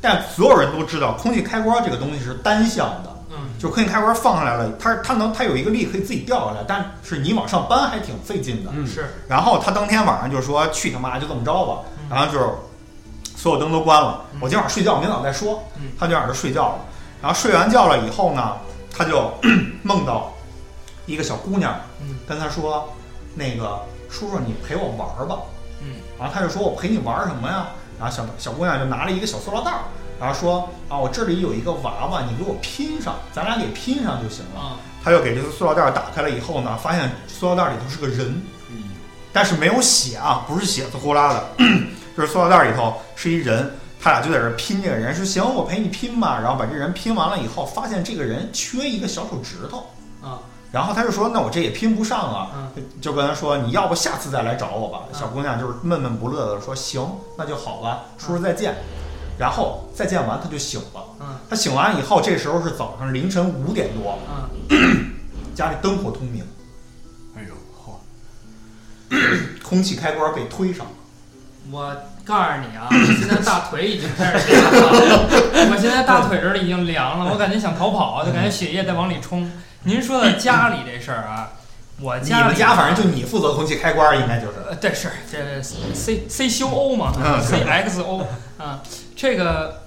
Speaker 2: 但所有人都知道，空气开关这个东西是单向的，
Speaker 3: 嗯
Speaker 2: 就空气开关放下来了，它它能它有一个力可以自己掉下来，但是你往上搬还挺费劲的。
Speaker 1: 嗯，
Speaker 3: 是
Speaker 2: 然后他当天晚上就说：“去他妈，就这么着吧。”
Speaker 3: 嗯
Speaker 2: 然后就是所有灯都关了
Speaker 3: 嗯，
Speaker 2: 我今晚睡觉，明早再说
Speaker 3: 嗯。
Speaker 2: 他就晚上睡觉了，然后睡完觉了以后呢，他就 (clears throat) 梦到一个小姑娘
Speaker 3: 嗯
Speaker 2: 跟他说：“那个叔叔，你陪我玩儿吧。”
Speaker 3: 嗯
Speaker 2: 然后他就说：“我陪你玩什么呀？”然后小小姑娘就拿了一个小塑料袋，儿，然后说：“啊，我这里有一个娃娃，你给我拼上，咱俩给拼上就行了。
Speaker 3: 啊”
Speaker 2: 他就给这个塑料袋儿打开了以后呢，发现塑料袋儿里头是个人，
Speaker 3: 嗯
Speaker 2: 但是没有血啊，不是血滋呼啦的， (clears throat) 就是塑料袋里头是一人，他俩就在这儿拼这个人，说行，我陪你拼吧。然后把这人拼完了以后，发现这个人缺一个小手指头，
Speaker 3: 啊
Speaker 2: 然后他就说，那我这也拼不上啊，
Speaker 3: 嗯
Speaker 2: 就跟他说，你要不下次再来找我吧。
Speaker 3: 嗯
Speaker 2: 小姑娘就是闷闷不乐的说，行，那就好吧，叔叔再见。然后再见完，他就醒了。
Speaker 3: 嗯
Speaker 2: 他醒完以后，这时候是早上凌晨五点多，
Speaker 3: 嗯
Speaker 2: 家里灯火通明，
Speaker 4: 哎呦，嚯！
Speaker 2: 空气开关被推上了。
Speaker 3: 我告诉你啊，我现在大腿已经开始凉了，我现在大腿这里已经凉了，我感觉想逃跑，啊就感觉血液在往里冲。您说的家里这事儿啊，我
Speaker 2: 你
Speaker 3: 家里
Speaker 2: 们家反正就你负责空气开关，应该就是。
Speaker 3: 呃，对，是这 C C 修 O 嘛
Speaker 2: 嗯
Speaker 3: ，C X O 啊，这个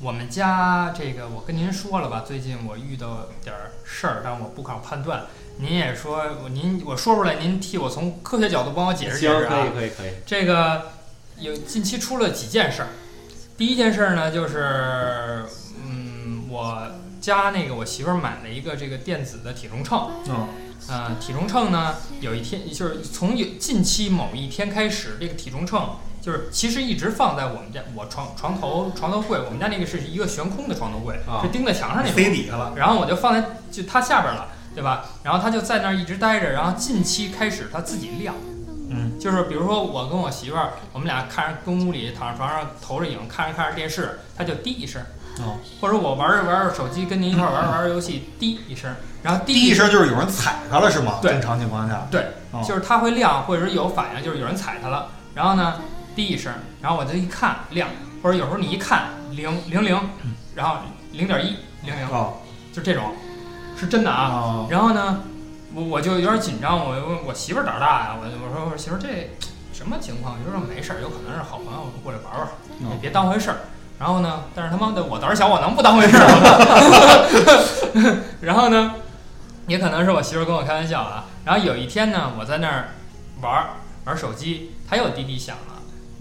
Speaker 3: 我们家这个我跟您说了吧，最近我遇到点儿事儿，但我不好判断。您也说您我说出来，您替我从科学角度帮我解释解
Speaker 1: 行，
Speaker 3: 释啊。
Speaker 1: 可以可以可以，
Speaker 3: 这个有近期出了几件事儿。第一件事儿呢，就是嗯，我家那个我媳妇儿买了一个这个电子的体重秤，
Speaker 2: 嗯
Speaker 3: 呃，体重秤呢，有一天就是从有近期某一天开始，这个体重秤就是其实一直放在我们家我床床头床头柜，我们家那个是一个悬空的床头柜，
Speaker 1: 啊
Speaker 3: 是钉在墙上那种。
Speaker 2: 哦塞底下了，
Speaker 3: 然后我就放在就它下边了，对吧？然后它就在那儿一直待着，然后近期开始它自己亮，
Speaker 2: 嗯，
Speaker 3: 就是比如说我跟我媳妇儿，我们俩看着跟屋里躺在床上投着影，看着看着电视，它就滴一声，
Speaker 2: 哦，
Speaker 3: 或者我玩着玩着手机，跟您一块儿玩着玩着游戏，滴一声，然后滴
Speaker 2: 第一声就是有人踩它了是吗？
Speaker 3: 对
Speaker 2: 正常情况下，
Speaker 3: 对
Speaker 2: 哦，
Speaker 3: 就是它会亮，或者是有反应，就是有人踩它了，然后呢滴一声，然后我就一看亮，或者有时候你一看零零零，然后零点一零零，
Speaker 2: 嗯哦
Speaker 3: 就这种，是真的啊。
Speaker 2: 啊，
Speaker 3: 然后呢，我我就有点紧张，我就问我媳妇儿胆儿大呀，我就我说我说媳妇儿这什么情况？就说没事儿，有可能是好朋友过来玩玩，
Speaker 2: 嗯
Speaker 3: 也别当回事儿。然后呢，但是他妈的我胆儿小，我能不当回事儿吗？ (laughs) 然后呢，也可能是我媳妇儿跟我开玩笑啊。然后有一天呢，我在那儿玩儿玩手机，她又滴滴响了。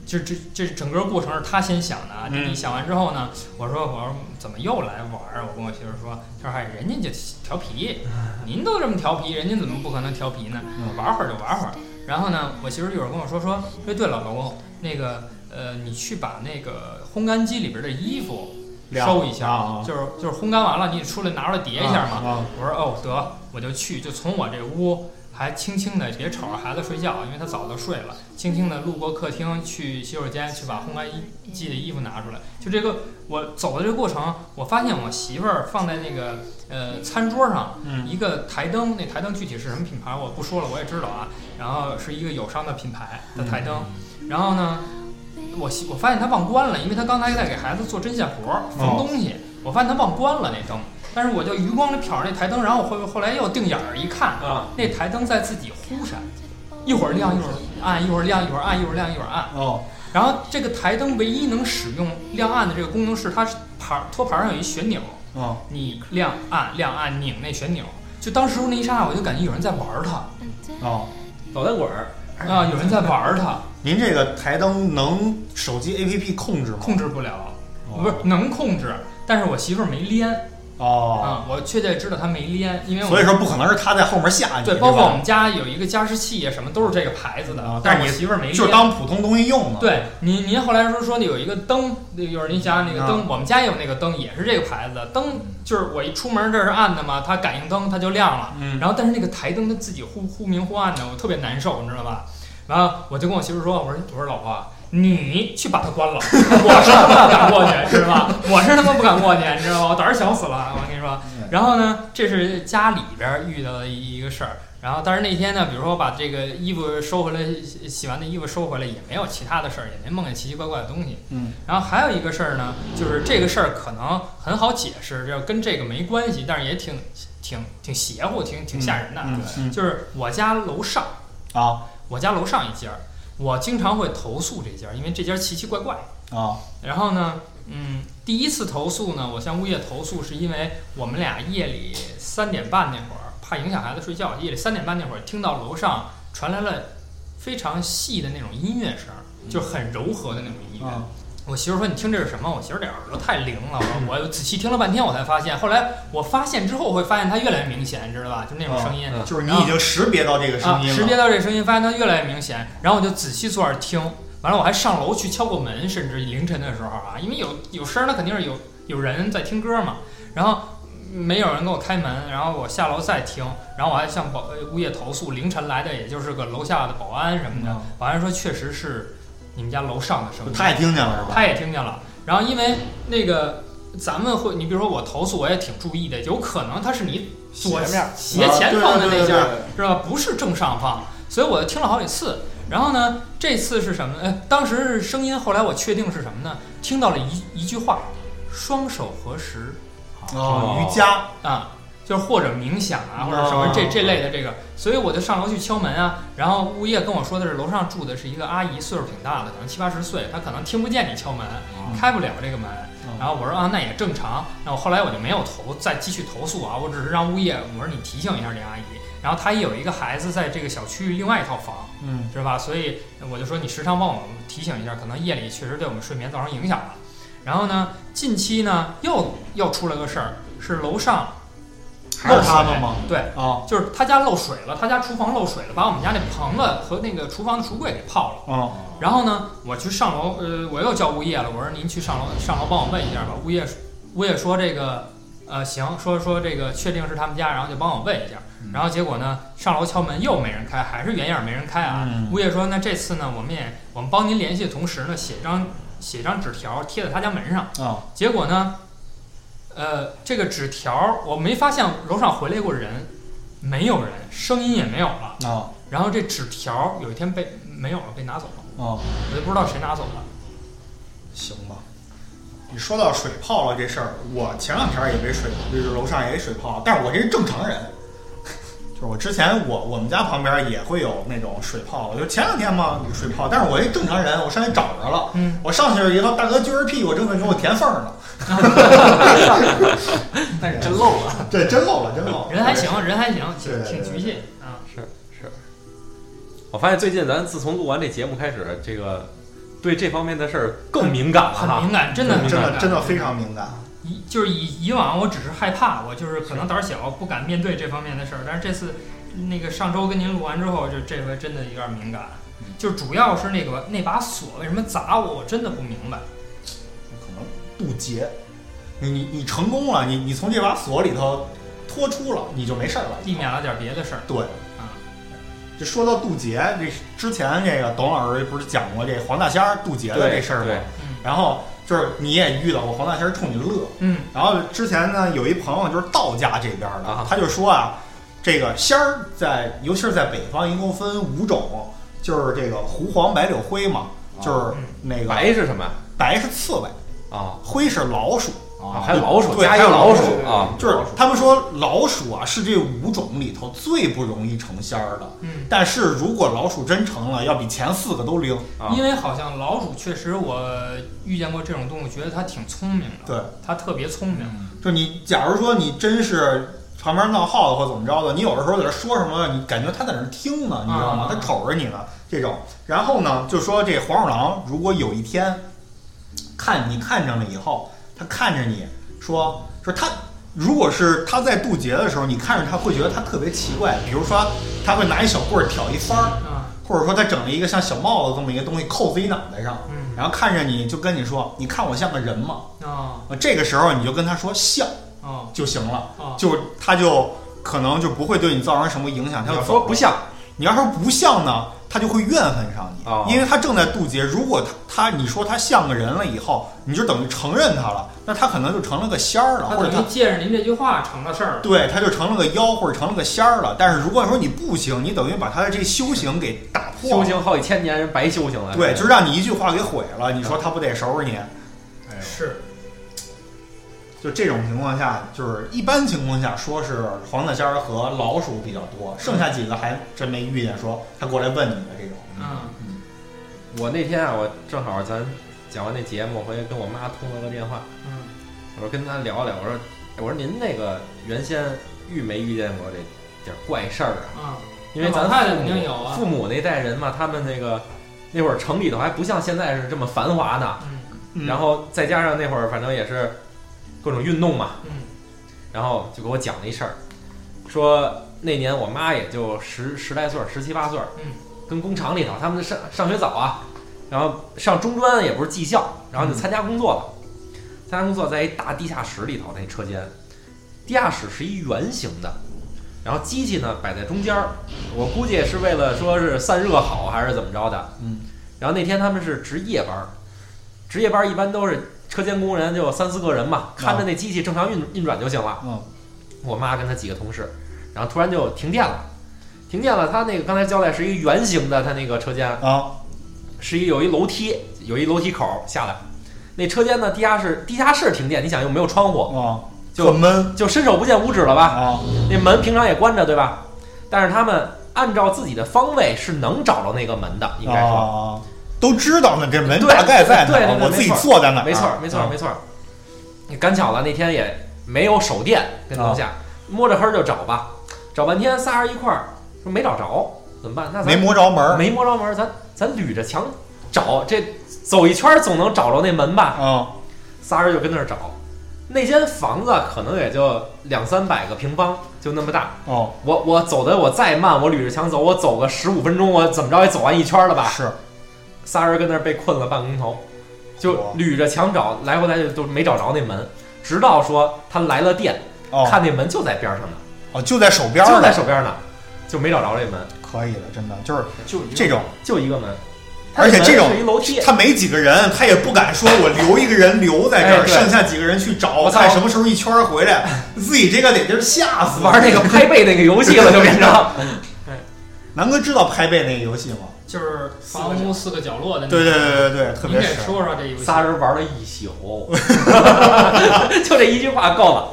Speaker 3: 这这这整个过程是她先响的啊，滴滴
Speaker 2: 嗯
Speaker 3: 响完之后呢，我说我说怎么又来玩儿啊？我跟我媳妇儿说，她说嗨，哎人家就调皮，
Speaker 2: (laughs)
Speaker 3: 您都这么调皮，人家怎么不可能调皮呢？
Speaker 2: 嗯
Speaker 3: 玩会儿就玩会儿。然后呢，我媳妇儿一会儿跟我说说，说对了，老公，那个呃，你去把那个烘干机里边的衣服
Speaker 2: 晾
Speaker 3: 收一下，
Speaker 2: 啊啊
Speaker 3: 就是就是烘干完了，你得出来拿出来叠一下嘛。
Speaker 2: 啊
Speaker 3: 我说哦，得，我就去，就从我这屋还轻轻的，别吵着孩子睡觉，因为他早就睡了，轻轻的路过客厅去洗手间去把烘干衣机的衣服拿出来。就这个，我走的这个过程，我发现我媳妇儿放在那个呃餐桌上
Speaker 2: 嗯
Speaker 3: 一个台灯，那台灯具体是什么品牌我不说了，我也知道啊。然后是一个友商的品牌的台
Speaker 2: 嗯
Speaker 3: 灯，然后呢，我媳我发现他忘关了，因为他刚才在给孩子做针线活儿缝东西，我发现他忘关了那灯。但是我就余光里瞟着那台灯，然后我后后来又定眼儿一看，
Speaker 1: 啊，
Speaker 3: 那台灯在自己忽闪，一会儿亮一会儿暗，一会儿亮一会儿暗，一会儿亮一会儿暗。
Speaker 2: 哦，
Speaker 3: 然后这个台灯唯一能使用亮暗的这个功能是它是牌儿托盘上有一旋钮，
Speaker 2: 哦，
Speaker 3: 你亮暗亮暗拧那旋钮。就当时那一刹那，我就感觉有人在玩儿它
Speaker 2: 哦，
Speaker 1: 捣蛋滚儿，
Speaker 3: 啊，有人在玩儿它，
Speaker 2: 您这个台灯能手机 APP 控制吗？
Speaker 3: 控制不了，
Speaker 2: 哦
Speaker 3: 不是能控制，但是我媳妇儿没连
Speaker 2: 哦，
Speaker 3: 啊，我确切知道她没连，因为我
Speaker 2: 所以说不可能是他在后面吓你，
Speaker 3: 对，
Speaker 2: 对，
Speaker 3: 包括我们家有一个加湿器啊，什么都是这个牌子的
Speaker 2: 啊，
Speaker 3: 但
Speaker 2: 但
Speaker 3: 是
Speaker 2: 是
Speaker 3: 我
Speaker 2: 你
Speaker 3: 媳妇儿没
Speaker 2: 就
Speaker 3: 练。
Speaker 2: 当普通东西用嘛。，
Speaker 3: 对您，您后来说说有一个灯，就是您想想那个
Speaker 2: 啊
Speaker 3: 灯，我们家也有那个灯，也是这个牌子的灯，就是我一出门这儿是暗的嘛，它感应灯它就亮了，
Speaker 2: 嗯，
Speaker 3: 然后但是那个台灯它自己忽忽明忽暗的，我特别难受，你知道吧？完了我就跟我媳妇说，我说我说老婆，你去把它关了，我是他妈不敢过去，知道吧？我是他妈不敢过去，你知道吗？我胆儿小死了，我跟你说。然后呢，这是家里边儿遇到的一个事儿。然后，但是那天呢，比如说把这个衣服收回来，洗洗完的衣服收回来，也没有其他的事儿，也没梦见奇奇怪怪的东西。
Speaker 2: 嗯。
Speaker 3: 然后还有一个事儿呢，就是这个事儿可能很好解释，就是跟这个没关系，但是也挺挺挺邪乎，挺挺吓人的。啊
Speaker 2: 嗯嗯
Speaker 3: 就是我家楼上，
Speaker 2: 啊
Speaker 3: 我家楼上一家儿，我经常会投诉这家儿，因为这家儿奇奇怪怪。
Speaker 2: 啊
Speaker 3: 然后呢，嗯，第一次投诉呢，我向物业投诉是因为我们俩夜里三点半那会儿，怕影响孩子睡觉，夜里三点半那会儿听到楼上传来了非常细的那种音乐声，就是很柔和的那种音乐。
Speaker 2: 啊
Speaker 3: 我媳妇说：“你听这是什么？”我媳妇这耳朵太灵了，我我仔细听了半天，我才发现。后来我发现之后，会发现它越来越明显，你知道吧？就那种声音，
Speaker 1: 嗯嗯
Speaker 2: 就是你已经识别到这个声音了。
Speaker 3: 啊啊，识别到这声音，发现它越来越明显，然后我就仔细坐那儿听，完了我还上楼去敲过门，甚至凌晨的时候啊，因为有有声儿，那肯定是有有人在听歌嘛，然后。没有人给我开门，然后我下楼再听，然后我还向保呃物业投诉，凌晨来的也就是个楼下的保安什么的，
Speaker 2: 嗯
Speaker 3: 保安说确实是你们家楼上的声音，
Speaker 2: 他也听见了是吧？
Speaker 3: 他也听见了。然后因为那个咱们会，你比如说我投诉，我也挺注意的，有可能他是你左
Speaker 4: 斜面儿
Speaker 3: 斜前方的那
Speaker 2: 啊对对对对
Speaker 3: 件儿，知道吧？不是正上方，所以我听了好几次。然后呢，这次是什么？呃，当时是声音，后来我确定是什么呢？听到了一一句话：“双手合十
Speaker 2: 哦，瑜伽
Speaker 3: 啊。”就是或者冥想啊，或者什么
Speaker 2: 哦
Speaker 3: 这这类的这个，所以我就上楼去敲门啊。然后物业跟我说的是，楼上
Speaker 4: 嗯
Speaker 3: 住的是一个阿姨，岁数挺大的，可能七八十岁，她可能听不见你敲门，开不了这个门。然后我说啊，那也正常。那我后来我就没有投，再继续投诉啊，我只是让物业，我说你提醒一下林阿姨。然后她也有一个孩子在这个小区另外一套房，
Speaker 2: 嗯，
Speaker 3: 是吧？所以我就说你时常帮我们提醒一下，可能夜里确实对我们睡眠造成影响了。然后呢，近期呢又又出了个事儿，是楼上
Speaker 2: 还是他们吗？
Speaker 3: 对，
Speaker 2: 啊
Speaker 3: 就是他家漏水了，他家厨房漏水了，把我们家那棚子和那个厨房的橱柜给泡了。
Speaker 2: 啊
Speaker 3: 然后呢，我去上楼，呃，我又叫物业了，我说您去上楼上楼帮我问一下吧。物业物业说这个，呃，行，说说这个确定是他们家，然后就帮我问一下。然后结果呢，上楼敲门又没人开，还是原样没人开啊。
Speaker 2: 嗯
Speaker 3: 物业说，那这次呢，我们也我们帮您联系的同时呢，写一张写一张纸条贴在他家门上。
Speaker 2: 啊
Speaker 3: 结果呢，呃，这个纸条儿我没发现楼上回来过人，没有人，声音也没有了。
Speaker 2: 啊
Speaker 3: 然后这纸条儿有一天被没有了，被拿走了，
Speaker 2: 啊！
Speaker 3: 我就不知道谁拿走了。
Speaker 2: 行吧。你说到水泡了这事儿，我前两天也被水，就是楼上也水泡，但是我这是正常人， (laughs) 就是我之前我我们家旁边也会有那种水泡，我就前两天嘛有水泡，但是我这正常人，我上去找着了，
Speaker 3: 嗯，
Speaker 2: 我上去以后，大哥撅着屁股正在给我填缝儿呢， (laughs)
Speaker 4: 但是真漏了。
Speaker 2: 这真漏了，真漏了，
Speaker 3: 人还，行，人还行，挺
Speaker 2: 对
Speaker 3: 挺
Speaker 2: 对对
Speaker 3: 局气啊。
Speaker 1: 是是。我发现最近咱自从录完这节目开始，这个对这方面的事儿更敏感了
Speaker 3: 很
Speaker 1: 哈
Speaker 3: 敏。感，真的
Speaker 1: 很
Speaker 2: 真
Speaker 1: 敏
Speaker 2: 的
Speaker 3: 感
Speaker 2: 真的非常敏感。
Speaker 3: 以就是以以往我只是害怕，我就是可能胆儿小，不敢面对这方面的事儿。但是这次那个上周跟您录完之后，就这回真的有点敏感，就主要是那个那把锁为什么砸我，我真的不明白。
Speaker 2: 可能渡劫。你你你成功了，你你从这把锁里头脱出了，你就没事儿了。
Speaker 3: 避免了点别的事儿。啊
Speaker 2: 对，就说到渡劫，这之前这个董老师不是讲过这黄大仙儿渡劫的这事儿
Speaker 1: 对
Speaker 2: 吗？然后就是你也遇到过黄大仙儿冲你乐。
Speaker 3: 嗯
Speaker 2: 然后之前呢，有一朋友就是道家这边儿的
Speaker 1: 啊，
Speaker 2: 他就说啊，这个仙儿在，尤其是在北方，一共分五种，就是这个狐黄白柳灰嘛，就是
Speaker 3: 嗯
Speaker 2: 那个
Speaker 1: 啊白是什么
Speaker 2: 白是刺猬，
Speaker 1: 啊？
Speaker 2: 灰是老鼠。
Speaker 1: 啊，
Speaker 4: 啊
Speaker 1: 还有老鼠，
Speaker 2: 对
Speaker 1: 加一
Speaker 2: 还有
Speaker 1: 老
Speaker 2: 老
Speaker 1: 鼠
Speaker 2: 鼠
Speaker 1: 啊，
Speaker 2: 就是他们说老鼠啊是这五种里头最不容易成仙儿的，
Speaker 3: 嗯，
Speaker 2: 但是如果老鼠真成了，要比前四个都灵。
Speaker 1: 啊
Speaker 3: 因为好像老鼠确实我遇见过这种动物，觉得它挺聪明的，
Speaker 2: 对，
Speaker 3: 它特别聪明。
Speaker 2: 就你假如说你真是旁边闹耗子或怎么着的，你有的时候在那说什么，你感觉他在那听呢，你知道吗
Speaker 3: 啊？
Speaker 2: 他瞅着你呢这种。然后呢，就说这黄鼠狼如果有一天看你看上了以后，他看着你说说他。如果是他在渡劫的时候，你看着他会觉得他特别奇怪，比如说他会拿一小棍儿挑一幡儿，
Speaker 3: 啊，
Speaker 2: 或者说他整了一个像小帽子这么一个东西扣自己脑袋上，
Speaker 3: 嗯
Speaker 2: 然后看着你就跟你说：“你看我像个人吗
Speaker 3: 哦？”
Speaker 2: 这个时候你就跟他说“像
Speaker 3: 哦”
Speaker 2: 就行了，
Speaker 1: 啊
Speaker 3: 哦，
Speaker 2: 就他就可能就不会对你造成什么影响，他
Speaker 1: 你要
Speaker 2: 就走
Speaker 1: 说
Speaker 2: 了
Speaker 1: 不像
Speaker 2: 你要说不像呢，他就会怨恨上你，
Speaker 1: 哦
Speaker 2: 因为他正在渡劫。如果他他你说他像个人了以后，你就等于承认他了，那他可能就成了个仙儿了，
Speaker 3: 它
Speaker 2: 或者
Speaker 3: 等
Speaker 2: 他
Speaker 3: 于借着您这句话成了事儿了。
Speaker 2: 对，他就成了个妖或者成了个仙儿了。但是如果说你不行，你等于把他的这修行给打破了
Speaker 1: 修。行好几千年，人白修行了。
Speaker 2: 对，就让你一句话给毁了，你说他不得收拾你？啊
Speaker 3: 哎是，
Speaker 2: 就这种情况下，就是一般情况下说是黄大仙儿和老鼠比较多，剩下几个还真没遇见说他过来问你的这种。
Speaker 3: 嗯
Speaker 1: 我那天啊，我正好咱讲完那节目，回去跟我妈通了个电话，
Speaker 3: 嗯，
Speaker 1: 我说跟她聊聊，我说哎我说您那个原先遇没遇见过这点儿怪事儿啊？
Speaker 3: 啊，
Speaker 1: 因为咱
Speaker 3: 老太太
Speaker 1: 父母
Speaker 3: 肯定有啊
Speaker 1: 父母那代人嘛，他们那个那会儿城里头还不像现在是这么繁华呢，
Speaker 3: 嗯
Speaker 2: 嗯
Speaker 1: 然后再加上那会儿反正也是各种运动嘛，
Speaker 3: 嗯
Speaker 1: 然后就给我讲了一事儿，说那年我妈也就十十来岁儿，十七八岁儿，
Speaker 3: 嗯，
Speaker 1: 跟工厂里头他们上上学早啊，然后上中专也不是技校，然
Speaker 2: 嗯
Speaker 1: 后就参加工作了，参加工作在一大地下室里头那车间，地下室是一圆形的，然后机器呢摆在中间儿，我估计也是为了说是散热好还是怎么着的，
Speaker 2: 嗯，
Speaker 1: 然后那天他们是值夜班儿，值夜班儿一般都是车间工人就三四个人嘛，看着那机器正常运运转就行了。
Speaker 2: 啊嗯
Speaker 1: 我妈跟她几个同事，然后突然就停电了，停电了。她那个刚才交代是一圆形的，她那个车间
Speaker 2: 啊
Speaker 1: 是一有一楼梯，有一楼梯口下来。那车间呢，地下室地下室停电，你想又没有窗户，
Speaker 2: 啊，
Speaker 1: 就
Speaker 2: 很闷
Speaker 1: 就伸手不见五指了吧？
Speaker 2: 啊
Speaker 1: 那门平常也关着，对吧？但是他们按照自己的方位是能找着那个门的，应该
Speaker 2: 哦
Speaker 1: 说。
Speaker 2: 啊，都知道呢，这门
Speaker 1: 对
Speaker 2: 大概在哪
Speaker 1: 对对
Speaker 2: 儿，
Speaker 1: 对
Speaker 2: 我自己
Speaker 1: 没错
Speaker 2: 坐在哪儿，
Speaker 1: 没错儿，没错儿，
Speaker 2: 嗯
Speaker 1: 没错儿。赶巧了那天也没有手电跟楼
Speaker 2: 哦
Speaker 1: 下，摸着黑儿就找吧，找半天仨人一块儿说没找着，怎么办？那咱
Speaker 2: 没摸着门儿，
Speaker 1: 没摸着门儿，咱咱捋着墙找，这走一圈儿总能找着那门吧？
Speaker 2: 嗯，
Speaker 1: 仨人就跟那儿找，那间房子可能也就两三百个平方，就那么大。
Speaker 2: 哦，
Speaker 1: 我我走的我再慢，我捋着墙走，我走个十五分钟，我怎么着也走完一圈了吧？
Speaker 2: 是，
Speaker 1: 仨人跟那儿被困了半钟头，就
Speaker 2: 嚯
Speaker 1: 捋着墙找，来回来去都没找着那门，直到说他来了电，
Speaker 2: 哦，
Speaker 1: 看那门就在边上呢，
Speaker 2: 哦，就在手边儿
Speaker 1: 就在
Speaker 2: 呢，
Speaker 1: 手边呢，就没找着这门，
Speaker 2: 可以了，真的就是
Speaker 4: 就一个
Speaker 2: 这种，
Speaker 1: 就一个门，
Speaker 2: 而且
Speaker 1: 它那门
Speaker 2: 这种
Speaker 1: 是一楼梯，
Speaker 2: 他没几个人，他也不敢说我留一个人留在这
Speaker 1: 哎
Speaker 2: 儿，
Speaker 1: 对
Speaker 2: 剩下几个人去找，
Speaker 1: 我操
Speaker 2: 看什么时候一圈儿
Speaker 1: (laughs)
Speaker 2: 回来，自己这个得劲儿吓死。
Speaker 1: 玩那个拍背那个游戏了，就变成。
Speaker 2: 南哥知道拍背那个游戏吗？
Speaker 3: 就是房屋四个角落
Speaker 1: 嗯
Speaker 3: 的那
Speaker 2: 对
Speaker 3: 种。
Speaker 2: 对对对对，特
Speaker 3: 您
Speaker 2: 别
Speaker 3: 给
Speaker 2: 是。
Speaker 3: 说说这游
Speaker 1: (laughs)
Speaker 3: 戏。
Speaker 1: 仨人玩了一宿， (laughs) 就这一句话够了，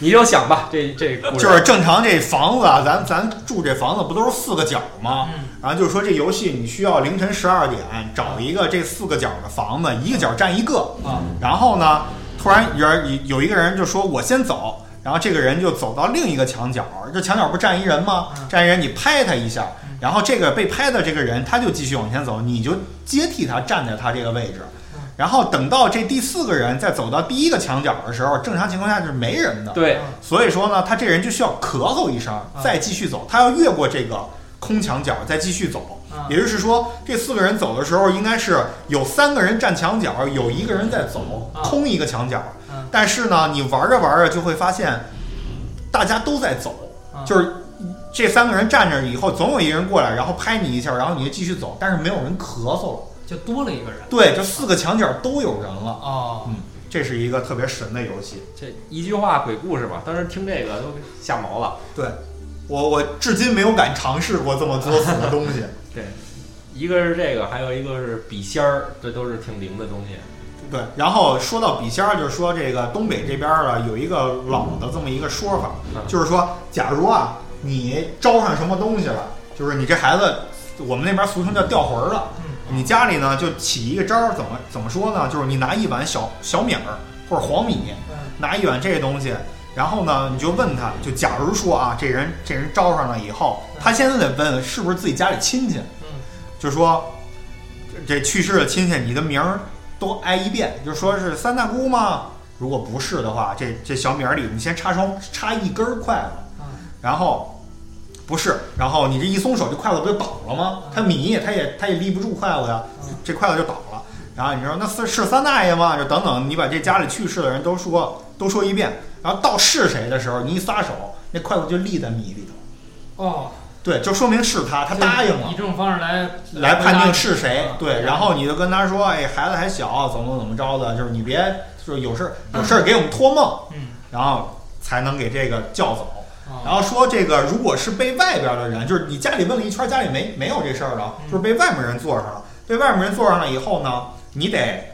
Speaker 1: 你就想吧，这这故事
Speaker 2: 就是正常这房子啊，咱咱住这房子不都是四个角吗？
Speaker 3: 嗯，
Speaker 2: 然后就是说这游戏你需要凌晨十二点找一个这四个角的房子，一个角占一个，
Speaker 3: 啊，
Speaker 2: 然后呢，突然有人有有一个人就说我先走，然后这个人就走到另一个墙角，这墙角不站一人吗
Speaker 3: 嗯？
Speaker 2: 站一人你拍他一下
Speaker 3: 嗯，
Speaker 2: 然后这个被拍的这个人他就继续往前走，你就接替他站在他这个位置
Speaker 3: 嗯。
Speaker 2: 然后等到这第四个人再走到第一个墙角的时候，正常情况下是没人的。
Speaker 1: 对，
Speaker 2: 所以说呢，他这人就需要咳嗽一声，
Speaker 3: 嗯
Speaker 2: 再继续走，他要越过这个空墙角，再继续走。
Speaker 3: 啊
Speaker 2: 也就是说，这四个人走的时候，应该是有三个人站墙角，有一个人在走，
Speaker 3: 啊
Speaker 2: 空一个墙角
Speaker 3: 嗯。
Speaker 2: 但是呢，你玩着玩着就会发现，大家都在走，
Speaker 3: 啊
Speaker 2: 就是这三个人站着以后，总有一个人过来，然后拍你一下，然后你就继续走，但是没有人咳嗽了。
Speaker 3: 就多了一个人。
Speaker 2: 对，这四个墙角都有人了，
Speaker 3: 哦，
Speaker 2: 这是一个特别神的游戏。
Speaker 1: 这一句话鬼故事吧，当时听这个都吓毛了。
Speaker 2: 我我至今没有敢尝试过这么作死的东西。
Speaker 1: 一个是这个，还有一个是笔仙儿，这都是挺灵的东西。
Speaker 2: 对，然后说到笔仙儿，就是说这个东北这边儿啊，有一个老的这么一个说法，
Speaker 1: 嗯
Speaker 2: 就是说，假如啊你招上什么东西了，就是你这孩子，我们那边俗称叫掉魂儿了，你家里呢就起一个招儿，怎么怎么说呢？就是你拿一碗小小米儿或者黄米，
Speaker 3: 嗯
Speaker 2: 拿一碗这东西，然后呢你就问他，就假如说啊，这人这人招上了以后，他先得问是不是自己家里亲戚，
Speaker 3: 嗯
Speaker 2: 就说这这去世的亲戚，你的名儿都挨一遍，就说是三大姑吗？如果不是的话，这这小米儿里你先插双插一根儿筷子，
Speaker 3: 嗯
Speaker 2: 然后不是，然后你这一松手，这筷子不就倒了吗？它米它也它也立不住筷子呀
Speaker 3: 嗯，
Speaker 2: 这筷子就倒了。然后你说那是是三大爷吗？就等等，你把这家里去世的人都说都说一遍，然后到是谁的时候，你一撒手，那筷子就立在米里头。
Speaker 3: 哦，
Speaker 2: 对，就说明是他，他答应了
Speaker 3: 以。这种方式来
Speaker 2: 来判定是谁
Speaker 3: 嗯，
Speaker 2: 对，然后你就跟他说，哎，孩子还小，怎么怎么着的，就是你别就是有事儿有事儿给我们托梦，
Speaker 3: 嗯
Speaker 2: 然后才能给这个叫走。然
Speaker 3: 哦
Speaker 2: 后说这个如果是被外边的人，就是你家里问了一圈，家里没没有这事儿了，
Speaker 3: 嗯
Speaker 2: 就是被外面人坐上了，被外面人坐上了以后呢，你得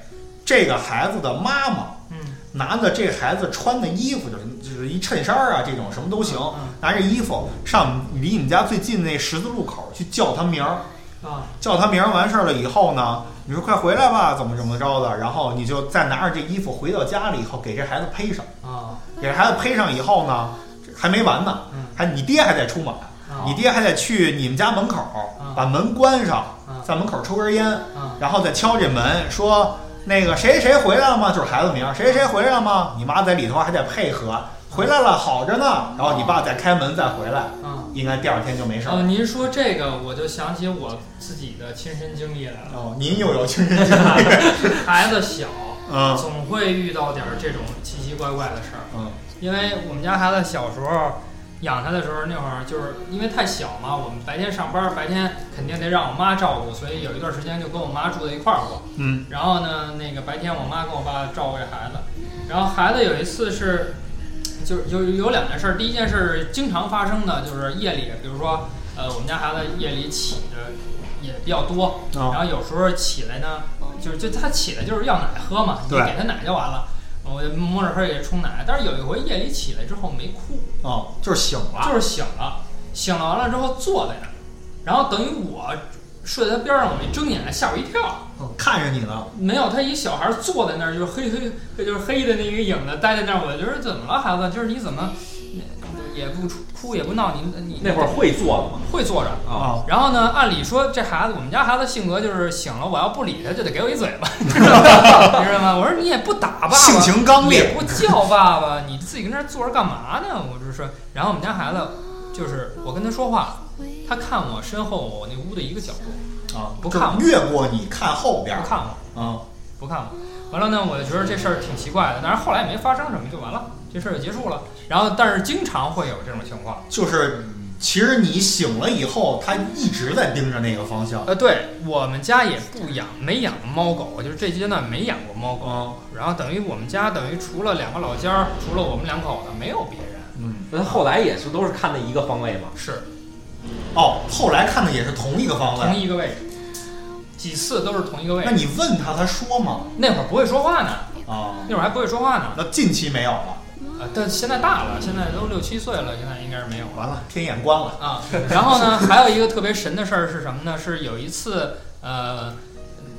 Speaker 2: 这个孩子的妈妈
Speaker 3: 嗯
Speaker 2: 拿着这孩子穿的衣服，就是就是一衬衫啊，这种什么都行，
Speaker 3: 嗯
Speaker 2: 拿着衣服上离你们家最近那十字路口去叫他名儿。
Speaker 3: 啊
Speaker 2: 叫他名儿完事儿了以后呢，你说快回来吧，怎么怎么着的，然后你就再拿着这衣服回到家里以后，给这孩子披上，
Speaker 3: 啊
Speaker 2: 给这孩子披上以后呢，这还没完呢，
Speaker 3: 嗯
Speaker 2: 还你爹还得出马，
Speaker 3: 啊
Speaker 2: 你爹还得去你们家门口
Speaker 3: 嗯
Speaker 2: 把门关上
Speaker 3: 嗯，
Speaker 2: 在门口抽根烟，
Speaker 3: 啊
Speaker 2: 然后再敲这门说那个谁谁回来了吗？就是孩子名儿，谁谁回来了吗？你妈在里头还得配合，回来了好着呢，然后你爸再开门再回来，
Speaker 3: 啊。
Speaker 2: 应该第二天就没事儿
Speaker 3: 哦，
Speaker 2: 了。
Speaker 3: 您说这个，我就想起我自己的亲身经历
Speaker 2: (laughs)
Speaker 3: 来了。
Speaker 2: 哦，您又有亲身经
Speaker 3: (laughs)
Speaker 2: 历，
Speaker 3: 孩子小，
Speaker 2: 嗯
Speaker 3: 总会遇到点儿这种奇奇怪怪的事儿。
Speaker 2: 嗯。
Speaker 3: 因为我们家孩子小时候养他的时候，那会儿就是因为太小嘛，我们白天上班，白天肯定得让我妈照顾，所以有一段时间就跟我妈住在一块儿过。
Speaker 2: 嗯
Speaker 3: 然后呢，那个白天我妈跟我爸照顾这孩子，然后孩子有一次是，就是有有两件事儿，第一件事儿经常发生的就是夜里，比如说呃我们家孩子夜里起的也比较多，然
Speaker 1: 嗯
Speaker 2: 啊
Speaker 3: 后有时候起来呢，就是就他起来就是要奶喝嘛，你
Speaker 2: 对
Speaker 3: 给他奶就完了。我就摸着黑给他冲奶，但是有一回夜里起来之后没哭，
Speaker 2: 哦，就是醒了，
Speaker 3: 就是醒了，醒了完了之后坐在那儿，然后等于我睡在他边上，我一睁眼吓我一跳，
Speaker 2: 嗯看着你呢。
Speaker 3: 没有，他一小孩坐在那儿，就是黑黑，就是黑的那个影子待在那儿。我觉得怎么了，孩子？就是你怎么也不出哭也不闹，你你
Speaker 1: 那会儿会做了吗？
Speaker 3: 会坐着。
Speaker 1: 啊，
Speaker 3: 然后呢，按理说这孩子，我们家孩子性格就是醒了，我要不理他就得给我一嘴
Speaker 2: (laughs)
Speaker 3: 巴，知道吗？你知道吗？我说你也不打爸爸，
Speaker 2: 性情刚
Speaker 3: 也
Speaker 2: 烈，
Speaker 3: 不叫爸爸，你自己跟那儿坐着干嘛呢？我就说，然后我们家孩子就是我跟他说话，他看我身后我那屋的一个角落，
Speaker 2: 啊，
Speaker 3: 不看我
Speaker 2: 就是越过你看后边儿
Speaker 3: 不看我，
Speaker 2: 啊，
Speaker 3: 不看我。完了呢，我就觉得这事儿挺奇怪的，但是后来也没发生什么，就完了，这事儿就结束了。然后，但是经常会有这种情况。
Speaker 2: 就是其实你醒了以后，他一直在盯着那个方向。
Speaker 3: 呃，对我们家也不养，没养过猫狗，就是这阶段没养过猫狗。
Speaker 2: 啊，
Speaker 3: 然后等于我们家等于除了两个老家儿，除了我们两口子，没有别人。
Speaker 2: 嗯，
Speaker 1: 那后来也是都是看那一个方位嘛。
Speaker 3: 是
Speaker 2: 哦，后来看的也是同一个方
Speaker 3: 同
Speaker 2: 位。
Speaker 3: 一个位置，几次都是同一个位
Speaker 2: 那
Speaker 3: 置。
Speaker 2: 你问他，他说吗？
Speaker 3: 那会儿不会说话呢，
Speaker 2: 啊，
Speaker 3: 那会儿还不会说话呢。
Speaker 2: 那近期没有了，
Speaker 3: 啊，但现在大了，现在都六七岁了，现在应该是没有了。
Speaker 2: 完了，天眼关了。
Speaker 3: 啊，然后呢，还有一个特别神的事儿是什么呢？是有一次，呃，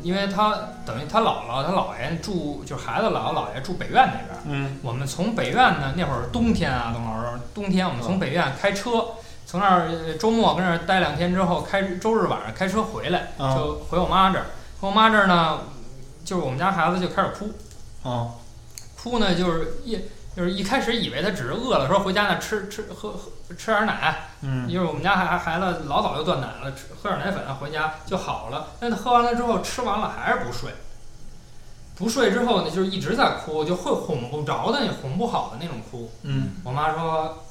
Speaker 3: 因为他等于他姥姥、他姥爷住，就是孩子姥姥姥爷住北苑那边儿。
Speaker 2: 嗯，
Speaker 3: 我们从北苑呢，那会儿冬天啊，董老师，冬天我们从北苑开车，从那儿呃周末跟那儿待两天之后，开周日晚上开车回来，
Speaker 2: 啊
Speaker 3: 就回我妈这儿。回我妈这儿呢，就是我们家孩子就开始哭，
Speaker 2: 啊，
Speaker 3: 哭呢，就是一就是一开始以为他只是饿了，说回家呢吃吃喝喝吃点奶，
Speaker 2: 嗯，
Speaker 3: 因为我们家孩孩子老早就断奶了，吃喝点奶粉啊回家就好了。但他喝完了之后，吃完了还是不睡，不睡之后呢，就是一直在哭，就会哄不着的，也哄不好的那种哭。
Speaker 2: 嗯，
Speaker 3: 我妈说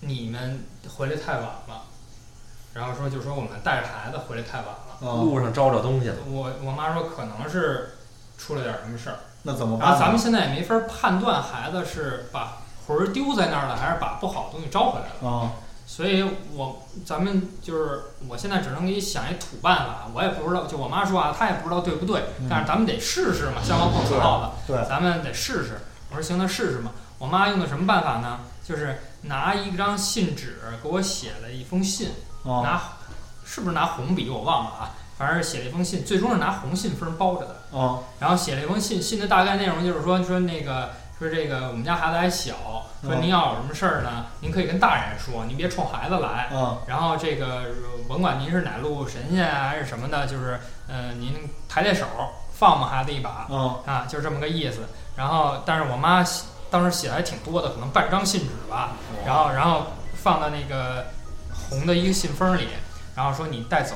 Speaker 3: 你们回来太晚了，然后说就说我们带着孩子回来太晚了。
Speaker 2: 啊，
Speaker 1: 路上招着东西了，
Speaker 3: 我我妈说可能是出了点什么事儿。
Speaker 2: 那怎么
Speaker 3: 然后
Speaker 2: 办？
Speaker 3: 咱们现在也没法判断孩子是把魂儿丢在那儿了，还是把不好的东西招回来了。
Speaker 2: 啊，
Speaker 3: 所以我咱们就是，我现在只能给你想一土办法，我也不知道。就我妈说啊，她也不知道对不对，
Speaker 2: 嗯
Speaker 3: 但是咱们得试试嘛，像猫碰死耗子，
Speaker 2: 对，
Speaker 3: 咱们得试试。我说行，那试试嘛。我妈用的什么办法呢？就是拿一张信纸给我写了一封信，
Speaker 2: 啊
Speaker 3: 拿是不是拿红笔我忘了啊，反正是写了一封信，最终是拿红信封包着的。
Speaker 2: 啊，
Speaker 3: 然后写了一封信，信的大概内容就是说说那个说这个我们家孩子还小，说
Speaker 2: 嗯
Speaker 3: 您要有什么事儿呢，您可以跟大人说，您别冲孩子来。
Speaker 2: 啊，
Speaker 3: 然后这个甭管您是哪路神仙啊还是什么的，就是呃您抬抬手放我们孩子一把
Speaker 2: 啊，
Speaker 3: 啊，就是这么个意思。然后但是我妈写当时写的还挺多的，可能半张信纸吧。然后然后放到那个红的一个信封里，然后说你带走，